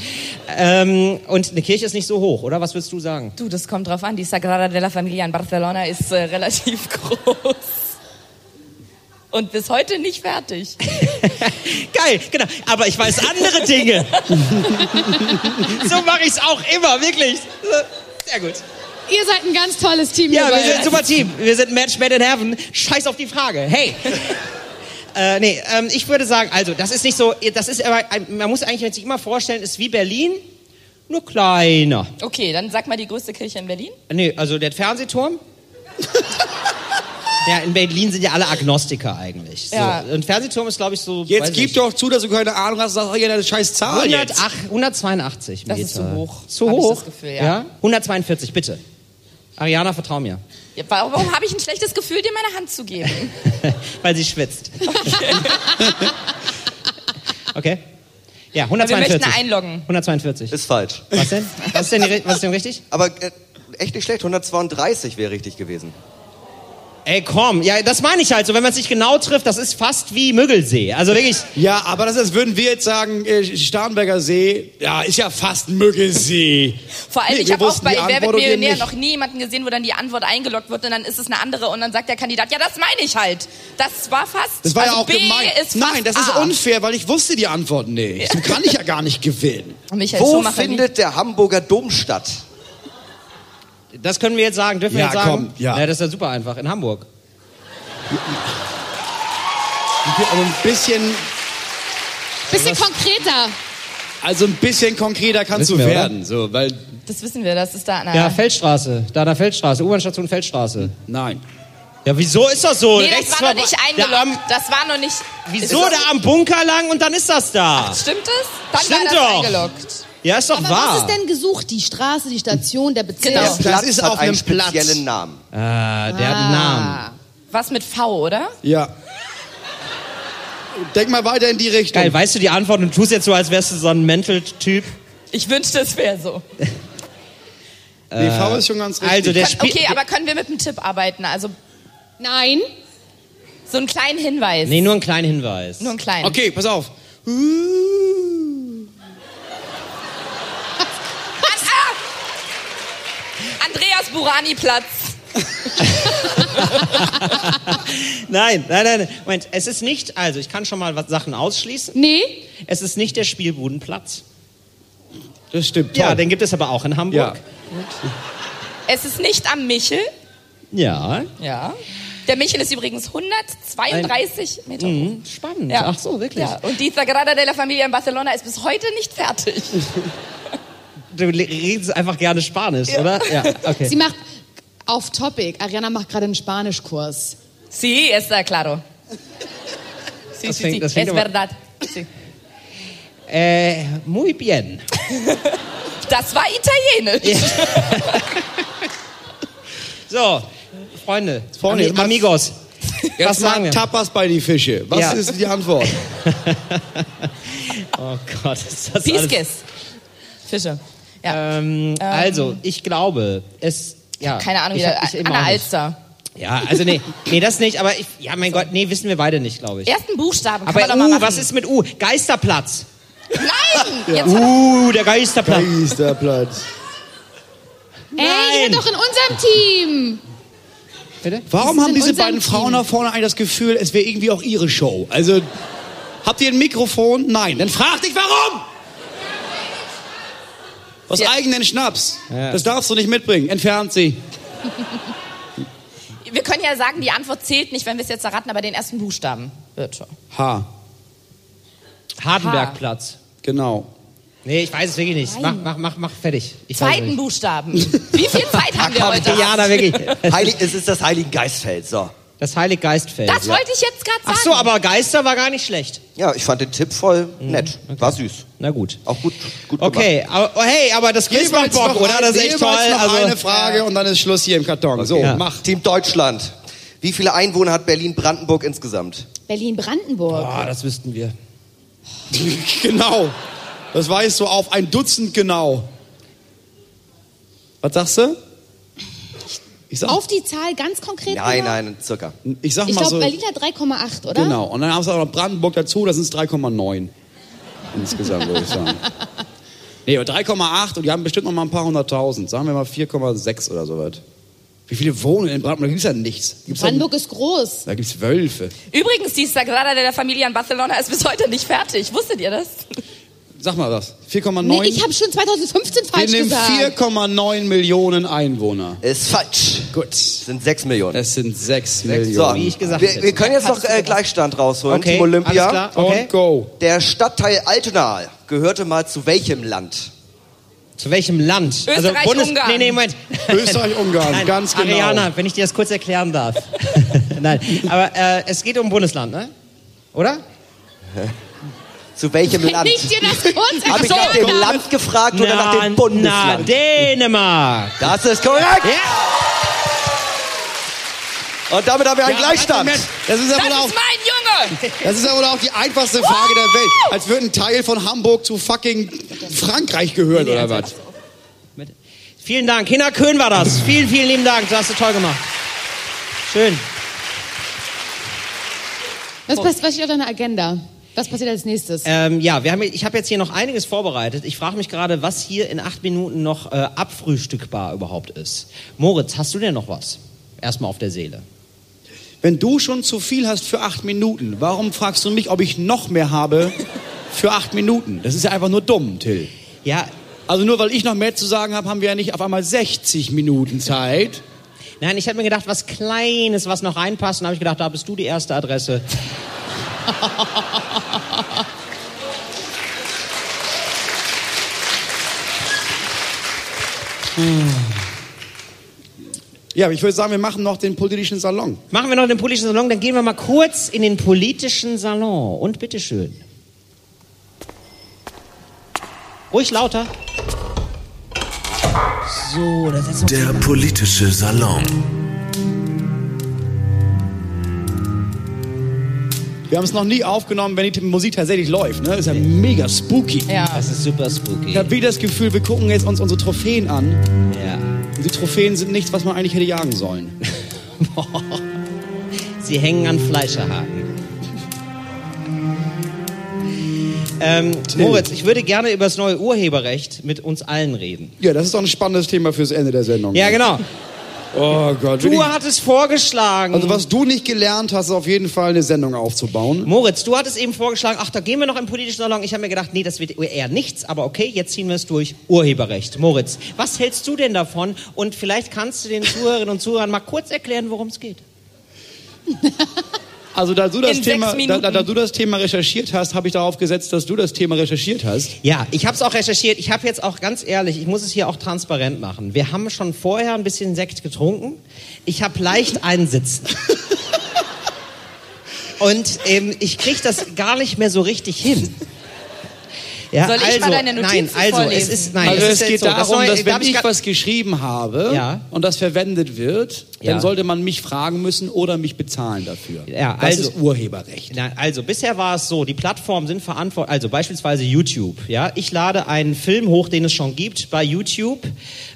Ähm, und eine Kirche ist nicht so hoch, oder? Was würdest du sagen?
Du, das kommt drauf an. Die Sagrada de la Familia in Barcelona ist äh, relativ groß. Und bis heute nicht fertig.
Geil, genau. Aber ich weiß andere Dinge. so mache ich es auch immer, wirklich. Sehr gut.
Ihr seid ein ganz tolles Team.
Ja,
ihr
wir
beiden.
sind ein super Team. Wir sind Match made in heaven. Scheiß auf die Frage. Hey. Äh, nee, ähm, ich würde sagen, also das ist nicht so, das ist aber, ein- man muss eigentlich sich immer vorstellen, ist wie Berlin, nur kleiner.
Okay, dann sag mal die größte Kirche in Berlin.
Nee, also der Fernsehturm. ja, in Berlin sind ja alle Agnostiker eigentlich. So.
Ja.
Und Fernsehturm ist, glaube ich, so.
Jetzt
weiß
gib
ich,
doch zu, dass du keine Ahnung hast, sag ja deine scheiß Zahl
100,
jetzt.
ach, 182 Meter.
Das ist zu hoch.
Zu
Hab ich
hoch?
das Gefühl, ja.
142, bitte. Ariana, vertrau mir.
Ja, wa- Warum habe ich ein schlechtes Gefühl, dir meine Hand zu geben?
Weil sie schwitzt. Okay. Ja,
Wir
142.
möchten einloggen.
142.
Ist falsch.
Was denn? Was ist denn, die, was ist denn richtig?
Aber äh, echt nicht schlecht. 132 wäre richtig gewesen.
Ey, komm. Ja, das meine ich halt so. Wenn man es nicht genau trifft, das ist fast wie Müggelsee. Also wirklich.
Ja, aber das ist, würden wir jetzt sagen, äh, Starnberger See, ja, ist ja fast Müggelsee.
Vor allem,
Nee,
ich
wir
habe auch
wussten
bei
die
Wer wird
Antwort und ihr
Millionär
nicht.
noch nie jemanden gesehen, wo dann die Antwort eingeloggt wird und dann ist es eine andere und dann sagt der Kandidat, ja, das meine ich halt. Das war fast.
Das war
also
ja auch
B
gemein.
Ist fast
Nein, das ist
A.
unfair, weil ich wusste die Antwort nicht. So kann ich ja gar nicht gewinnen.
Michael
Wo
Schumacher.
findet der Hamburger Dom statt?
Genau.
Das können wir jetzt sagen. Dürfen wir
Ja,
jetzt sagen?
komm, ja.
Das ist ja super einfach. In Hamburg.
Also ein bisschen,
Bisschen konkreter.
also ein bisschen konkreter kannst du
Wissen wir, oder?
werden. So, weil,
das wissen wir, das ist da. Na,
Ja, Feldstraße. Da an der Feldstraße. U-Bahn-Station Feldstraße.
nein.
Ja, wieso ist das so?
nee, das
Rechts
war
vorbei-
noch nicht
ähm,
Da am,
eingeloggt. Das war noch nicht.
wieso
Ist das-
da am Bunker lang und dann ist das da?
Stimmt es? Dann
Stimmt
war das
doch.
eingeloggt.
Ja, ist doch
Aber
wahr.
was ist denn gesucht? Die Straße, die Station, der Bezirk.
Genau.
Der Platz ist
hat
auf
einen
einem Platz.
speziellen Namen.
Ah, der hat einen Namen.
Was mit V, oder?
Ja. Denk mal weiter in die Richtung.
Geil, weißt du die Antwort und tust jetzt so, als wärst du so ein Mental-Typ.
Ich wünschte, es wäre so.
nee, V ist schon ganz richtig.
Also der
Kann,
Spiel.
okay, aber können wir mit einem Tipp arbeiten? Also
Nein.
so einen kleinen Hinweis.
Nee, nur einen kleinen Hinweis.
Nur einen kleinen. Uh.
okay, pass auf.
An, ah! Andreas Burani Platz.
nein, nein, nein. nein. Moment, es ist nicht, also ich kann schon mal was Sachen ausschließen.
Nee.
Es ist nicht der Spielbudenplatz.
Das stimmt.
Ja, den gibt es aber auch in Hamburg.
Es ist nicht am Michel.
Ja.
Ja. Der Michel ist übrigens 132 Meter hoch.
Mhm, spannend.
Ja.
Ach so, wirklich.
Ja. Und die Sagrada de la Familia in Barcelona ist bis heute nicht fertig.
Du le- redest einfach gerne Spanisch, oder? Ja,
Sie
okay.
macht auf Topic. Ariana macht gerade einen Spanischkurs.
Sí, está claro. Sí,
Das
sí,
fängt-
sí.
das
Es
fängt aber-
verdad. Sí.
Äh, muy bien.
Das war italienisch.
So, Freunde,
Freunde,
Ami
jetzt mal-
Amigos.
Jetzt
was sagen wir?
Tapas bei die Fische. Was
Ja.
ist die Antwort?
Oh Gott, ist das alles...
Pisces. Fische. Ja.
Ähm, also, ich glaube, es... Ja,
Keine Ahnung,
ich
wie der,
hab- ich eben
Anna
auch nicht.
Alster.
Ja, also nee, nee, das nicht, aber ich, ja, mein Gott, nee, wissen wir beide nicht, glaube ich.
Ersten Buchstaben kann
Aber
man doch mal
U,
machen.
was ist mit U? Geisterplatz.
Nein! Jetzt hat
Uh, der Geisterplatz.
Geisterplatz.
Ey, ihr seid doch in unserem Team.
Bitte?
Warum
Das ist
haben
in
diese
unserem
beiden Frauen
Team.
da vorne eigentlich das Gefühl, es wäre irgendwie auch ihre Show? Also, habt ihr ein Mikrofon? Nein. Dann frag dich, warum! Aus
Ja.
eigenen Schnaps.
Ja.
Das darfst du nicht mitbringen. Entfernt sie.
er- wir können ja sagen, die Antwort zählt nicht, wenn wir es jetzt erraten, aber den ersten Buchstaben wird schon.
Ha.
Hardenbergplatz.
Genau.
Nee, ich weiß es wirklich nicht. Mach, mach, mach, mach fertig. Ich weiß es
Zweiten
nicht.
Buchstaben. Wie viel Zeit haben wir heute?
Ja, da wirklich.
Heilig, es ist das Heiligen Geistfeld, so.
Das Heiliggeistfeld.
Das wollte ich jetzt gerade sagen.
Ach so, aber Geister war gar nicht schlecht.
Ja, ich fand den Tipp voll nett. Mhm, War süß.
Na gut.
Auch gut, gut
Okay, aber, oh, hey, aber das Quiz macht Bock,
noch
oder?
ein-
Das ist echt
jeweils
toll.
Noch
Also,
eine Frage und dann ist Schluss hier im Karton. So,
Ja.
mach.
gemacht. Team Deutschland. Wie viele Einwohner hat Berlin-Brandenburg insgesamt?
Berlin-Brandenburg.
Ah, das wüssten wir.
genau. Das weißt du auf ein Dutzend genau. Was sagst du? Ich sag,
Auf die Zahl ganz konkret.
Nein,
genau?
nein, circa.
ich sag
Ich
mal
glaube,
so.
Berlin hat 3,8, oder?
Genau. Und dann haben sie auch noch Brandenburg dazu, das sind 3,9. Insgesamt, würde ich sagen. Nee, aber 3,8 und die haben bestimmt noch mal ein paar hunderttausend. Sagen wir mal 4,6 oder so was. Wie viele wohnen in Brandenburg? Da gibt's ja nichts. Gibt's ja-
Brandenburg ist groß.
Da gibt's Wölfe.
Übrigens, die Sagrada de la Familia in Barcelona ist bis heute nicht fertig. Wusstet ihr das?
Sag mal was. 4,9.
Nee, ich habe schon
Wir
2015 falsch
nehmen
gesagt.
4,9 Millionen Einwohner.
Ist falsch.
Gut.
Es sind sechs Millionen.
Es sind 6
So,
Millionen.
wie ich gesagt
wir,
hätte.
wir können jetzt noch äh, Gleichstand rausholen.
Okay,
Team Olympia.
alles klar. Okay.
Und go.
Der Stadtteil Altona gehörte mal zu welchem Land?
Zu welchem Land? Also
Österreich, Ungarn.
Nee, nee, Moment.
Österreich-Ungarn,
Nein,
Also ganz genau.
Ariana, wenn ich dir das kurz erklären darf. Nein, aber äh, es geht um Bundesland, ne? Oder?
Zu welchem
Wenn
Land?
ich dir das kurz
Habe ich nach
erklärt
dem
habe.
Land gefragt oder nach dem
Na,
Bundesland?
Dänemark.
das ist korrekt.
Ja.
Und damit haben wir einen Gleichstand.
Das ist ja
Das
wohl auch
ist mein Junge!
Das ist ja wohl auch die einfachste Frage der Welt. Als würde ein Teil von Hamburg zu fucking Frankreich gehören, oder was?
Vielen Dank. Hina Köhn war das. Vielen, vielen lieben Dank. Das hast du toll gemacht. Schön.
Was pass- was steht auf deiner Agenda? Was passiert als nächstes?
Ähm, ja, wir haben, ich habe jetzt hier noch einiges vorbereitet. Ich frage mich gerade, was hier in acht Minuten noch äh, abfrühstückbar überhaupt ist. Moritz, hast du denn noch was? Erstmal auf der Seele.
Wenn du schon zu viel hast für acht Minuten, warum fragst du mich, ob ich noch mehr habe für acht Minuten? Das ist ja einfach nur dumm, Till.
Ja,
Also nur weil ich noch mehr zu sagen habe, haben wir ja nicht auf einmal 60 Minuten Zeit.
nein, ich habe mir gedacht, was Kleines, was noch reinpasst. Und habe ich gedacht, da bist du die erste Adresse.
Ja, aber ich würde sagen, wir machen noch den politischen Salon.
Machen wir noch den politischen Salon, dann gehen wir mal kurz in den politischen Salon. Und bitteschön. Ruhig lauter. So, da setzen wir
Der politische Salon.
Wir haben es noch nie aufgenommen, wenn die Musik tatsächlich läuft. Ne? Ist ja mega spooky.
Ja.
Das ist super
Ich
spooky.
habe wieder das Gefühl, wir gucken jetzt uns unsere Trophäen an.
Ja.
Und die Trophäen sind nichts, was man eigentlich hätte jagen sollen.
Sie hängen an Fleischerhaken. Ähm, Moritz, ich würde gerne über das neue Urheberrecht mit uns allen reden.
Ja, das ist doch ein spannendes Thema fürs Ende der Sendung.
Ja, genau.
Oh Gott.
Du hattest vorgeschlagen.
Also was du nicht gelernt hast, ist auf jeden Fall eine Sendung aufzubauen.
Moritz, du hattest eben vorgeschlagen, ach, da gehen wir noch im politischen Salon. Ich habe mir gedacht, nee, das wird eher nichts, aber okay, jetzt ziehen wir es durch. Urheberrecht. Moritz, was hältst du denn davon? Und vielleicht kannst du den Zuhörerinnen und Zuhörern mal kurz erklären, worum es geht.
Also da du das
In sechs
Thema, da,
Minuten.
da, da du das Thema recherchiert hast, habe ich darauf gesetzt, dass du das Thema recherchiert hast.
Ja, ich habe es auch recherchiert. Ich habe jetzt auch ganz ehrlich, ich muss es hier auch transparent machen. Wir haben schon vorher ein bisschen Sekt getrunken. Ich habe leicht einsitzen. Und ähm, ich kriege das gar nicht mehr so richtig hin. Ja,
Soll ich mal
also,
deine
nein,
Notizen
also
vorlesen?
es ist nein,
also
es,
es
ist
geht
jetzt so.
darum,
soll- äh,
dass
darf
wenn ich
gar-
was geschrieben habe
Ja.
und das verwendet wird,
Ja.
dann sollte man mich fragen müssen oder mich bezahlen dafür.
Ja,
das
also-
ist Urheberrecht.
Na, also bisher war es so, die Plattformen sind verantwortlich, also beispielsweise YouTube. Ja, ich lade einen Film hoch, den es schon gibt, bei YouTube.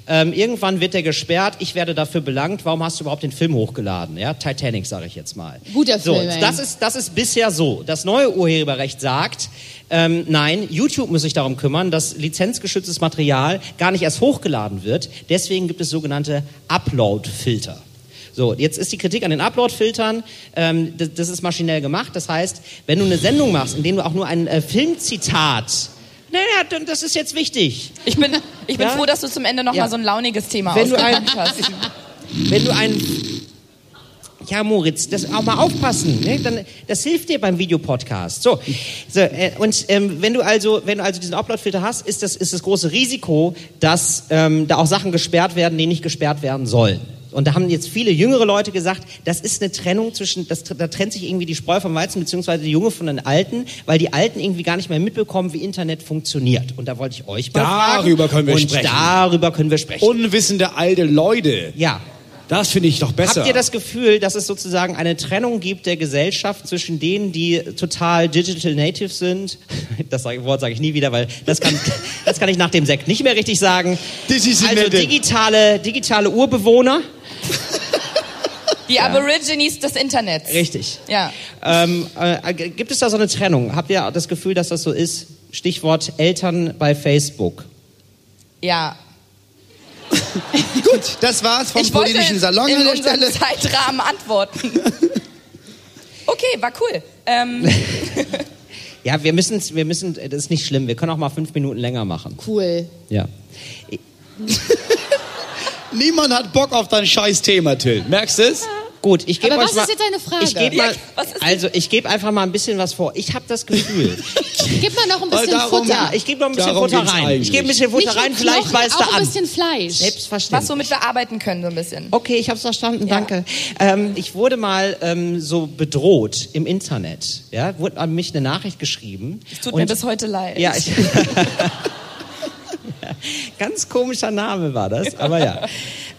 Ähm, irgendwann wird der gesperrt, ich werde dafür belangt. Warum hast du überhaupt den Film hochgeladen? Ja, Titanic sage ich jetzt mal.
Guter
so,
Film, ey.
das ist das ist bisher so. Das neue Urheberrecht sagt, ähm, nein, YouTube muss sich darum kümmern, dass lizenzgeschütztes Material gar nicht erst hochgeladen wird. Deswegen gibt es sogenannte Upload-Filter. So, jetzt ist die Kritik an den Upload-Filtern, ähm, das, das ist maschinell gemacht. Das heißt, wenn du eine Sendung machst, in dem du auch nur ein äh, Filmzitat, naja, dann- das ist jetzt wichtig.
Ich bin, ich bin
Ja?
froh, dass du zum Ende noch
Ja.
mal so ein launiges Thema
Wenn du
ausgepackt hast.
Wenn du ein... Ja, Moritz, das auch mal aufpassen. Ne? Dann, das hilft dir beim Videopodcast. So, so äh, und ähm, wenn du also, wenn du also diesen Upload-Filter hast, ist das ist das große Risiko, dass ähm, da auch Sachen gesperrt werden, die nicht gesperrt werden sollen. Und da haben jetzt viele jüngere Leute gesagt, das ist eine Trennung zwischen, das, da trennt sich irgendwie die Spreu vom Weizen beziehungsweise die Junge von den Alten, weil die Alten irgendwie gar nicht mehr mitbekommen, wie Internet funktioniert. Und da wollte ich euch mal
Darüber
fragen.
können wir
und
sprechen.
Darüber können wir sprechen.
Unwissende alte Leute.
Ja.
Das finde ich doch besser.
Habt ihr das Gefühl, dass es sozusagen eine Trennung gibt der Gesellschaft zwischen denen, die total digital native sind? Das sag- Wort sage ich nie wieder, weil das kann, das kann ich nach dem Sekt nicht mehr richtig sagen.
Digital
Also
native.
digitale, digitale Urbewohner.
Die Aborigines des Internets.
Richtig.
Ja.
Ähm, äh, g- gibt es da so eine Trennung? Habt ihr das Gefühl, dass das so ist? Stichwort Eltern bei Facebook.
Ja.
Gut, das war's vom
Ich wollte
politischen Salon
in
an der
unserem
Stelle.
Zeitrahmen antworten. Okay, war cool. Ähm,
Ja, wir müssen, wir müssen, das ist nicht schlimm. Wir können auch mal fünf Minuten länger machen.
Cool.
Ja.
Niemand hat Bock auf dein scheiß Thema, Till. Merkst du es?
Gut, ich gebe
Aber
euch
was
mal.
ist jetzt deine Frage?
Ich gebe mal,
Ja,
also ich gebe einfach mal ein bisschen was vor. Ich habe das Gefühl.
Gib mal noch ein
Weil
bisschen
darum-
Futter.
ich gebe noch ein bisschen
Darum
Futter
geht's
rein. Ich
eigentlich.
gebe ein bisschen Futter
Nicht nur
rein, vielleicht
Knochen,
weißt du
auch ein
an.
bisschen um- Fleisch.
was,
Selbstverständlich.
womit wir arbeiten können, so ein bisschen.
Okay, ich habe es verstanden, danke. Ähm, ich wurde mal ähm, so bedroht im Internet. Ja, wurde an mich eine Nachricht geschrieben.
Es tut mir bis heute leid.
Ja, ich, ganz komischer Name war das, aber ja.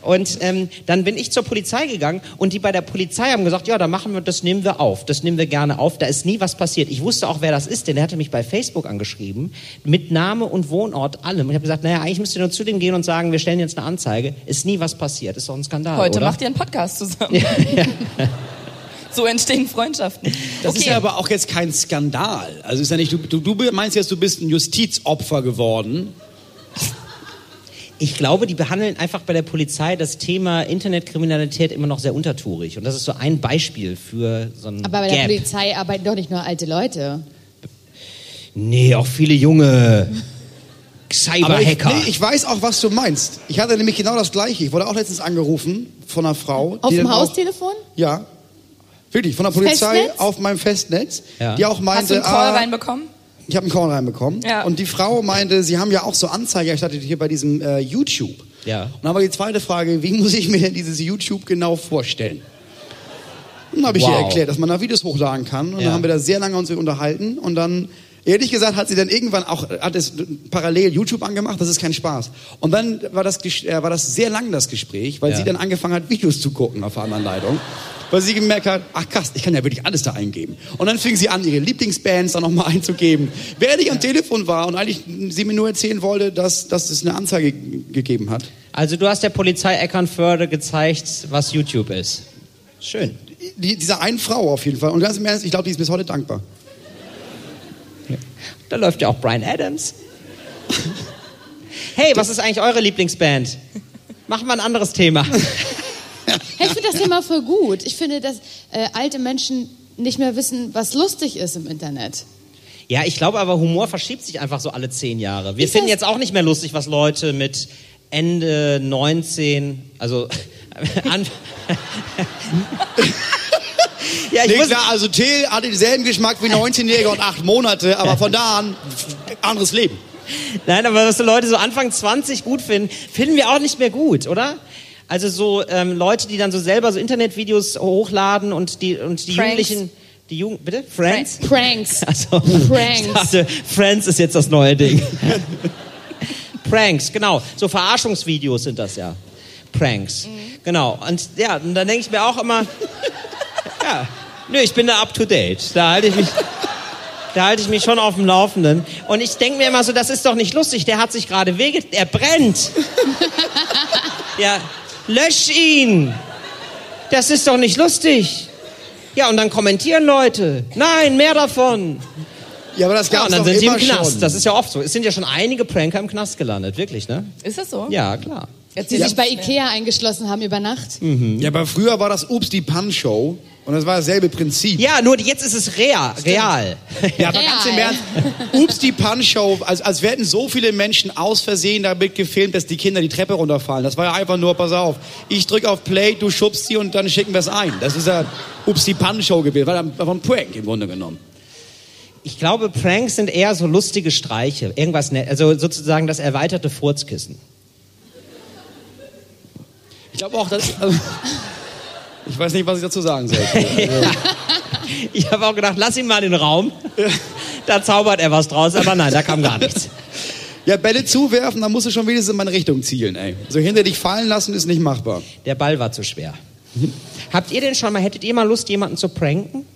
Und ähm, dann bin ich zur Polizei gegangen und die bei der Polizei haben gesagt, ja, da machen wir, das nehmen wir auf, das nehmen wir gerne auf. Da ist nie was passiert. Ich wusste auch, wer das ist, denn er hatte mich bei Facebook angeschrieben mit Name und Wohnort allem. Und ich habe gesagt, naja, eigentlich müsst ihr nur zu dem gehen und sagen, wir stellen jetzt eine Anzeige. Ist nie was passiert, ist doch ein Skandal,
Heute
Ah, oder?
macht ihr einen Podcast zusammen. So entstehen Freundschaften.
Das
okay.
ist ja aber auch jetzt kein Skandal. Also ist ja nicht, du, du, du meinst jetzt, du bist ein Justizopfer geworden.
Ich glaube, die behandeln einfach bei der Polizei das Thema Internetkriminalität immer noch sehr untertourig. Und das ist so ein Beispiel für so ein
Aber bei der
Gap.
Polizei arbeiten doch nicht nur alte Leute.
Nee, auch viele junge Cyberhacker.
Aber ich, nee, ich weiß auch, was du meinst. Ich hatte nämlich genau das Gleiche. Ich wurde auch letztens angerufen von einer Frau.
Auf
die
dem
dann auch-
Haustelefon?
Ja. Wirklich, von der Polizei
Festnetz?
auf meinem Festnetz.
Ja.
Die auch meinte,
Hast du einen Call
ah,
reinbekommen?
Ich habe einen Call reinbekommen.
Ja.
Und die Frau meinte, sie haben ja auch so Anzeige erstattet hier bei diesem äh, YouTube.
Ja.
Und dann war die zweite Frage, wie muss ich mir denn dieses YouTube genau vorstellen? Und Dann habe ich
Wow.
ihr erklärt, dass man da Videos hochladen kann. Und
Ja.
dann haben wir da sehr lange uns unterhalten. Und dann, ehrlich gesagt, hat sie dann irgendwann auch, hat es parallel YouTube angemacht. Das ist kein Spaß. Und dann war das, Gesch- äh, war das sehr lang, das Gespräch, weil
Ja.
sie dann angefangen hat, Videos zu gucken auf der anderen Leitung. Weil sie gemerkt hat, ach krass, ich kann ja wirklich alles da eingeben. Und dann fing sie an, ihre Lieblingsbands da nochmal einzugeben. Während ich am Telefon war und eigentlich sie mir nur erzählen wollte, dass, dass es eine Anzeige g- gegeben hat.
also du hast der Polizei Eckernförde gezeigt, was YouTube ist. Schön.
Die, dieser einen Frau auf jeden Fall. Und ganz im Ernst, ich glaube, die ist bis heute dankbar.
Da läuft ja auch Brian Adams. Hey, was ist eigentlich eure Lieblingsband? Machen wir ein anderes Thema.
Thema für gut. Ich finde, dass äh, alte Menschen nicht mehr wissen, was lustig ist im Internet.
Ja, ich glaube aber, Humor verschiebt sich einfach so alle zehn Jahre. Wir
Ist
finden
das-
jetzt auch nicht mehr lustig, was Leute mit Ende 19, also an, ja, ich
nee,
muss-
klar, also Till hatte denselben Geschmack wie 19-Jähriger und 8 Monate, aber von da an anderes Leben.
Nein, aber was so Leute so Anfang 20 gut finden, finden wir auch nicht mehr gut, oder? Also so ähm, Leute, die dann so selber so Internetvideos hochladen und die und die
Pranks.
Jugendlichen, die Jugend, bitte Friends.
Pranks.
Also,
Pranks.
Ich dachte, Friends ist jetzt das neue Ding. Pranks, genau. So Verarschungsvideos sind das ja. Pranks. Genau. Und ja, und dann denke ich mir auch immer, ja, nö, ich bin da up to date. Da halte ich mich. Da halte ich mich schon auf dem Laufenden. Und ich denke mir immer so, das ist doch nicht lustig. Der hat sich gerade wege... Er brennt. Ja, lösch ihn. Das ist doch nicht lustig. Ja, und dann kommentieren Leute. Nein, mehr davon.
Ja, aber das
Ja,
gab's
und dann
doch
sind sie im
immer
Knast.
schon.
Das ist ja oft so. Es sind ja schon einige Pranker im Knast gelandet, wirklich, ne?
Ist das
Oh.
so?
Ja, klar.
Die sich bei Ikea eingeschlossen haben über Nacht.
Ja, aber früher war das Ups die Pan Show und das war dasselbe Prinzip.
Ja, nur jetzt ist es real. real.
Ja, aber ganz im Ernst, Ups die Pan Show, als, als werden so viele Menschen aus Versehen damit gefilmt, dass die Kinder die Treppe runterfallen. Das war ja einfach nur, pass auf, ich drück auf Play, du schubst sie und dann schicken wir es ein. Das ist ja Ups die Pan Show gewesen, war dann- war ein Prank im Grunde genommen.
Ich glaube, Pranks sind eher so lustige Streiche. Irgendwas, ne also sozusagen das erweiterte Furzkissen.
Ich glaube auch, dass... Also, ich weiß nicht, was ich dazu sagen soll.
Ich habe auch gedacht, lass ihn mal in den Raum. Da zaubert er was draus, aber nein, da kam gar nichts.
Ja, Bälle zuwerfen, dann musst du schon wenigstens in meine Richtung zielen, ey. So hinter dich fallen lassen ist nicht machbar.
Der Ball war zu schwer. Habt ihr denn schon mal, hättet ihr mal Lust, jemanden zu pranken?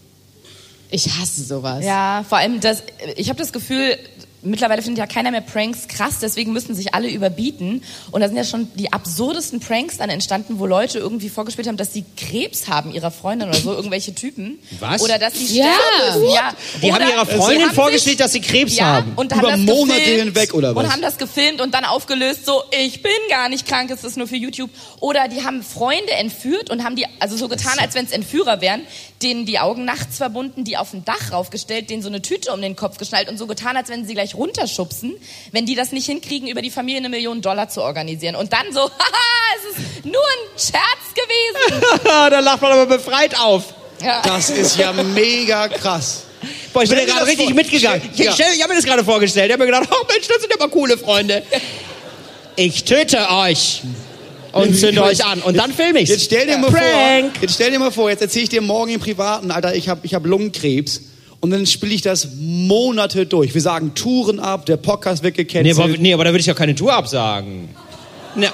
Ich hasse sowas.
Ja, vor allem das, ich habe das Gefühl, mittlerweile findet ja keiner mehr Pranks krass, deswegen müssen sich alle überbieten. Und da sind ja schon die absurdesten Pranks dann entstanden, wo Leute irgendwie vorgespielt haben, dass sie Krebs haben ihrer Freundin oder so, irgendwelche Typen.
Was?
Oder dass sie
Ja.
sterben. müssen. Ja.
Die haben
Oder
ihrer
äh, sie
Freundin
haben sich-
vorgespielt, dass sie Krebs
ja,
haben.
Und haben
Über
das
Monate
gefilmt
hinweg, oder was?
Und haben das gefilmt und dann aufgelöst, so, ich bin gar nicht krank, es ist nur für YouTube. Oder die haben Freunde entführt und haben die, also so getan, als wenn es Entführer wären, denen die Augen nachts verbunden, die auf dem Dach raufgestellt, denen so eine Tüte um den Kopf geschnallt und so getan, als wenn sie gleich runterschubsen, wenn die das nicht hinkriegen, über die Familie eine Million Dollar zu organisieren. Und dann so, haha, es ist nur ein Scherz gewesen.
da lacht man aber befreit auf.
Ja.
Das ist ja mega krass.
Boah, ich bin ja
Stell dir
gerade
das
richtig
vor.
mitgegangen. Ich,
Stell- ja.
stell- ich habe mir das gerade vorgestellt. Ich habe mir gedacht, oh Mensch, das sind aber coole Freunde. Ich töte euch und zünde euch an. Und dann filme ich's.
Jetzt stell dir mal
Prank.
vor, jetzt stell dir mal vor, jetzt erzähle ich dir morgen im Privaten, Alter, ich habe ich hab Lungenkrebs. Und dann spiele ich das Monate durch. Wir sagen Touren ab, der Podcast wird
Nee, aber,
gecancelt.
nee, aber da würde ich ja keine Tour absagen. Na,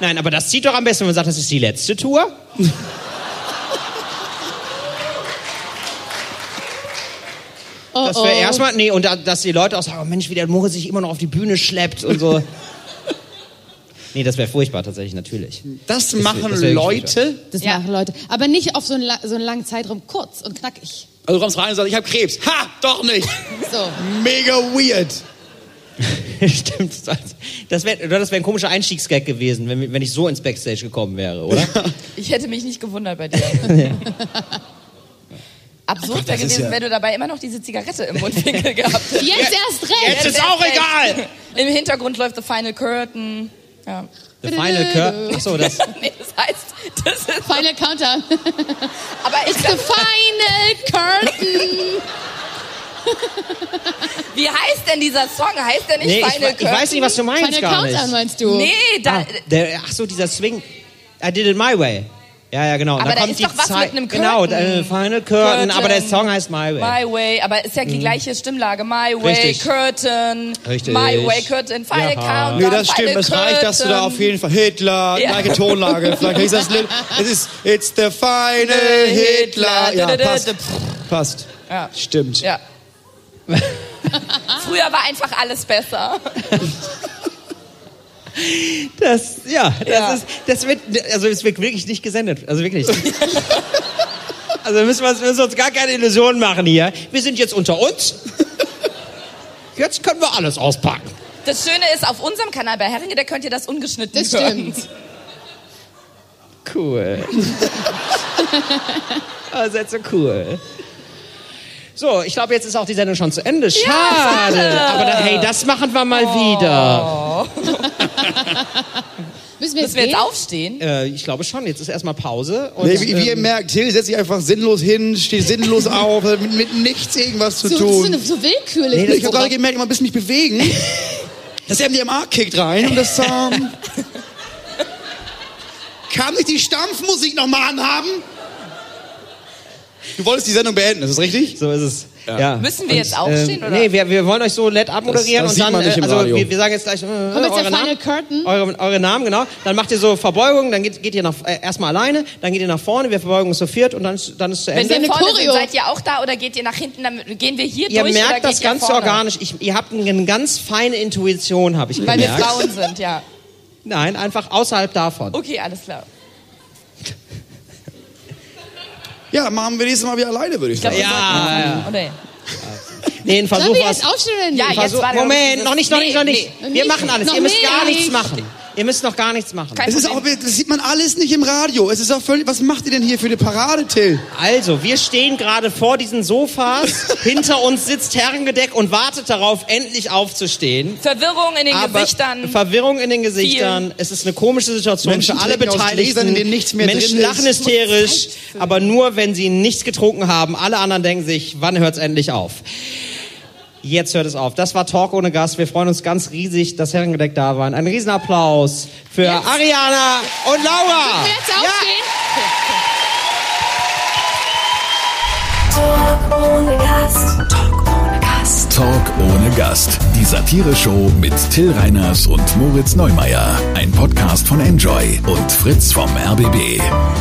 nein, aber das zieht doch am besten, wenn man sagt, das ist die letzte Tour.
Oh,
Dass wir erstmal, nee, und da, dass die Leute auch sagen, oh Mensch, wie der Moritz sich immer noch auf die Bühne schleppt und so. nee, das wäre furchtbar tatsächlich, natürlich.
das machen
das wär-
Leute.
Das machen Leute. Aber nicht auf so einen, la- so einen langen Zeitraum. Kurz und knackig.
Also du kommst rein und sagst, ich habe Krebs. Ha, doch nicht.
So.
Mega weird.
Stimmt. Das wäre das wär ein komischer Einstiegsgag gewesen, wenn, wenn ich so ins Backstage gekommen wäre, oder?
Ich hätte mich nicht gewundert bei dir. Absurd wäre gewesen, wenn du dabei immer noch diese Zigarette im Mundwinkel gehabt hättest.
Jetzt erst recht.
ist auch egal.
Im Hintergrund läuft The Final Curtain. Ja.
The Final Curtain. Achso, das.
Nee, das heißt, das ist.
Final Counter.
Aber ich
It's the final curtain.
wie heißt denn dieser Song? Heißt der nicht
Nee, ich,
Final
ich
Curtain?
weiß nicht, was du meinst
Final
gar nicht.
Countdown meinst du?
Nee, da,
Ah, der, ach so, dieser Swing. I did it my way. Ja, ja, genau. Und
Aber
da
da
kommt
ist
die
doch was
Zeit-
mit einem
Genau,
Curtain.
äh, Final Curtain, aber der Song heißt My Way.
My Way, aber ist ja
Mhm.
die gleiche Stimmlage. My Way,
Richtig.
Curtain.
Richtig.
My Way, Curtain. Final
Ja.
Countdown.
Nee, das
Final
stimmt. Es reicht, dass du da auf
Curtain.
jeden Fall Hitler,
Ja.
gleiche Tonlage. Vielleicht hieß das Lied. Es ist It's the final Hitler. Ja, passt. Passt.
Ja.
Stimmt.
Ja. Früher war einfach alles besser.
Das, ja, das
Ja.
ist, das wird, also es wird wirklich nicht gesendet. Also wirklich. also müssen wir, uns- müssen wir uns gar keine Illusionen machen hier. Wir sind jetzt unter uns. Jetzt können wir alles auspacken.
Das Schöne ist, auf unserem Kanal bei Herringe, da könnt ihr das ungeschnitten
Das
hören.
stimmt.
Cool. Oh, seid so cool. So, ich glaube, jetzt ist auch die Sendung schon zu Ende. Schade.
schade.
Aber da, hey, das machen wir mal wieder.
Müssen wir
Müssen
jetzt,
wir jetzt
gehen?
aufstehen?
Äh, ich glaube schon. Jetzt ist erstmal Pause. Und,
Nee, wie, wie ihr
ähm,
merkt, Till setzt sich einfach sinnlos hin, steht sinnlos auf, hat mit, mit nichts irgendwas zu
So, so,
tun.
eine, so willkürlich.
Nee, das- ich habe gerade gemerkt, man muss mich bewegen. Das MDMA-Kick rein und das ähm, Kann ich die Stampfmusik nochmal anhaben? Du wolltest die Sendung beenden, ist das richtig?
So ist es. Ja.
Müssen wir jetzt aufstehen,
ähm,
oder?
Nee, wir, wir wollen euch so nett abmoderieren
das
und
sieht
dann,
man nicht
äh,
im
also
Radio.
wir, wir sagen jetzt gleich, äh,
Kommt jetzt der
eure,
Final
Namen,
Curtain?
eure, eure Namen, genau. Dann macht ihr so Verbeugungen, dann geht, geht ihr nach, äh, erstmal alleine, dann geht ihr nach vorne, wir verbeugen uns so viert und dann, ist- dann ist zu
Wenn
Ende.
wir
eine
vorne sind,
Choreo.
seid ihr auch da oder geht ihr nach hinten? Dann gehen wir hier
Ihr
durch oder
merkt
geht
das
ihr
ganz
vorne?
organisch. Ich, ihr habt eine ganz feine Intuition, habe ich
Weil wir
gemerkt.
Frauen sind, ja.
Nein, einfach außerhalb davon.
Okay, alles klar.
Ja, machen wir nächstes Mal wieder alleine, würde ich
Ich glaub,
sagen.
wir
Ja,
sollten
ja.
machen, Oder?
Nee, ein Versuch
Sollen wir
war
jetzt aufstehen oder nicht?
Ja, jetzt
Versuch,
war der-
Moment, noch nicht, noch nicht, noch nicht.
nee.
Wir machen alles.
Noch
Ihr müsst
mehr
gar nichts
nicht.
machen. Ihr müsst noch gar nichts machen.
Kein
Es ist auch,
Problem.
das sieht man alles nicht im Radio. Es ist auch völlig. Was macht ihr denn hier für eine Parade, Till?
Also, wir stehen gerade vor diesen Sofas. Hinter uns sitzt Herrengedeck und wartet darauf, endlich aufzustehen.
Verwirrung in den
Aber
Gesichtern.
Verwirrung in den Gesichtern. Es ist eine komische Situation
Menschen
für alle
trinken aus
Beteiligten.
Gläsern, in denen nichts mehr drin
Menschen
ist.
lachen hysterisch, aber nur, wenn sie nichts getrunken haben. Alle anderen denken sich, wann hört es endlich auf? Jetzt hört es auf. Das war Talk ohne Gast. Wir freuen uns ganz riesig, dass Herrengedeck da waren. Ein Riesenapplaus für Ariana und Laura.
Jetzt aufstehen?
Talk ohne Gast. Die Satire-Show mit Till Reiners und Moritz Neumeier. Ein Podcast von Enjoy und Fritz vom RBB.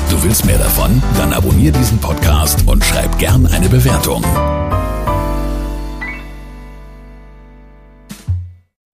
Du willst mehr davon? Dann abonnier diesen Podcast und schreib gern eine Bewertung.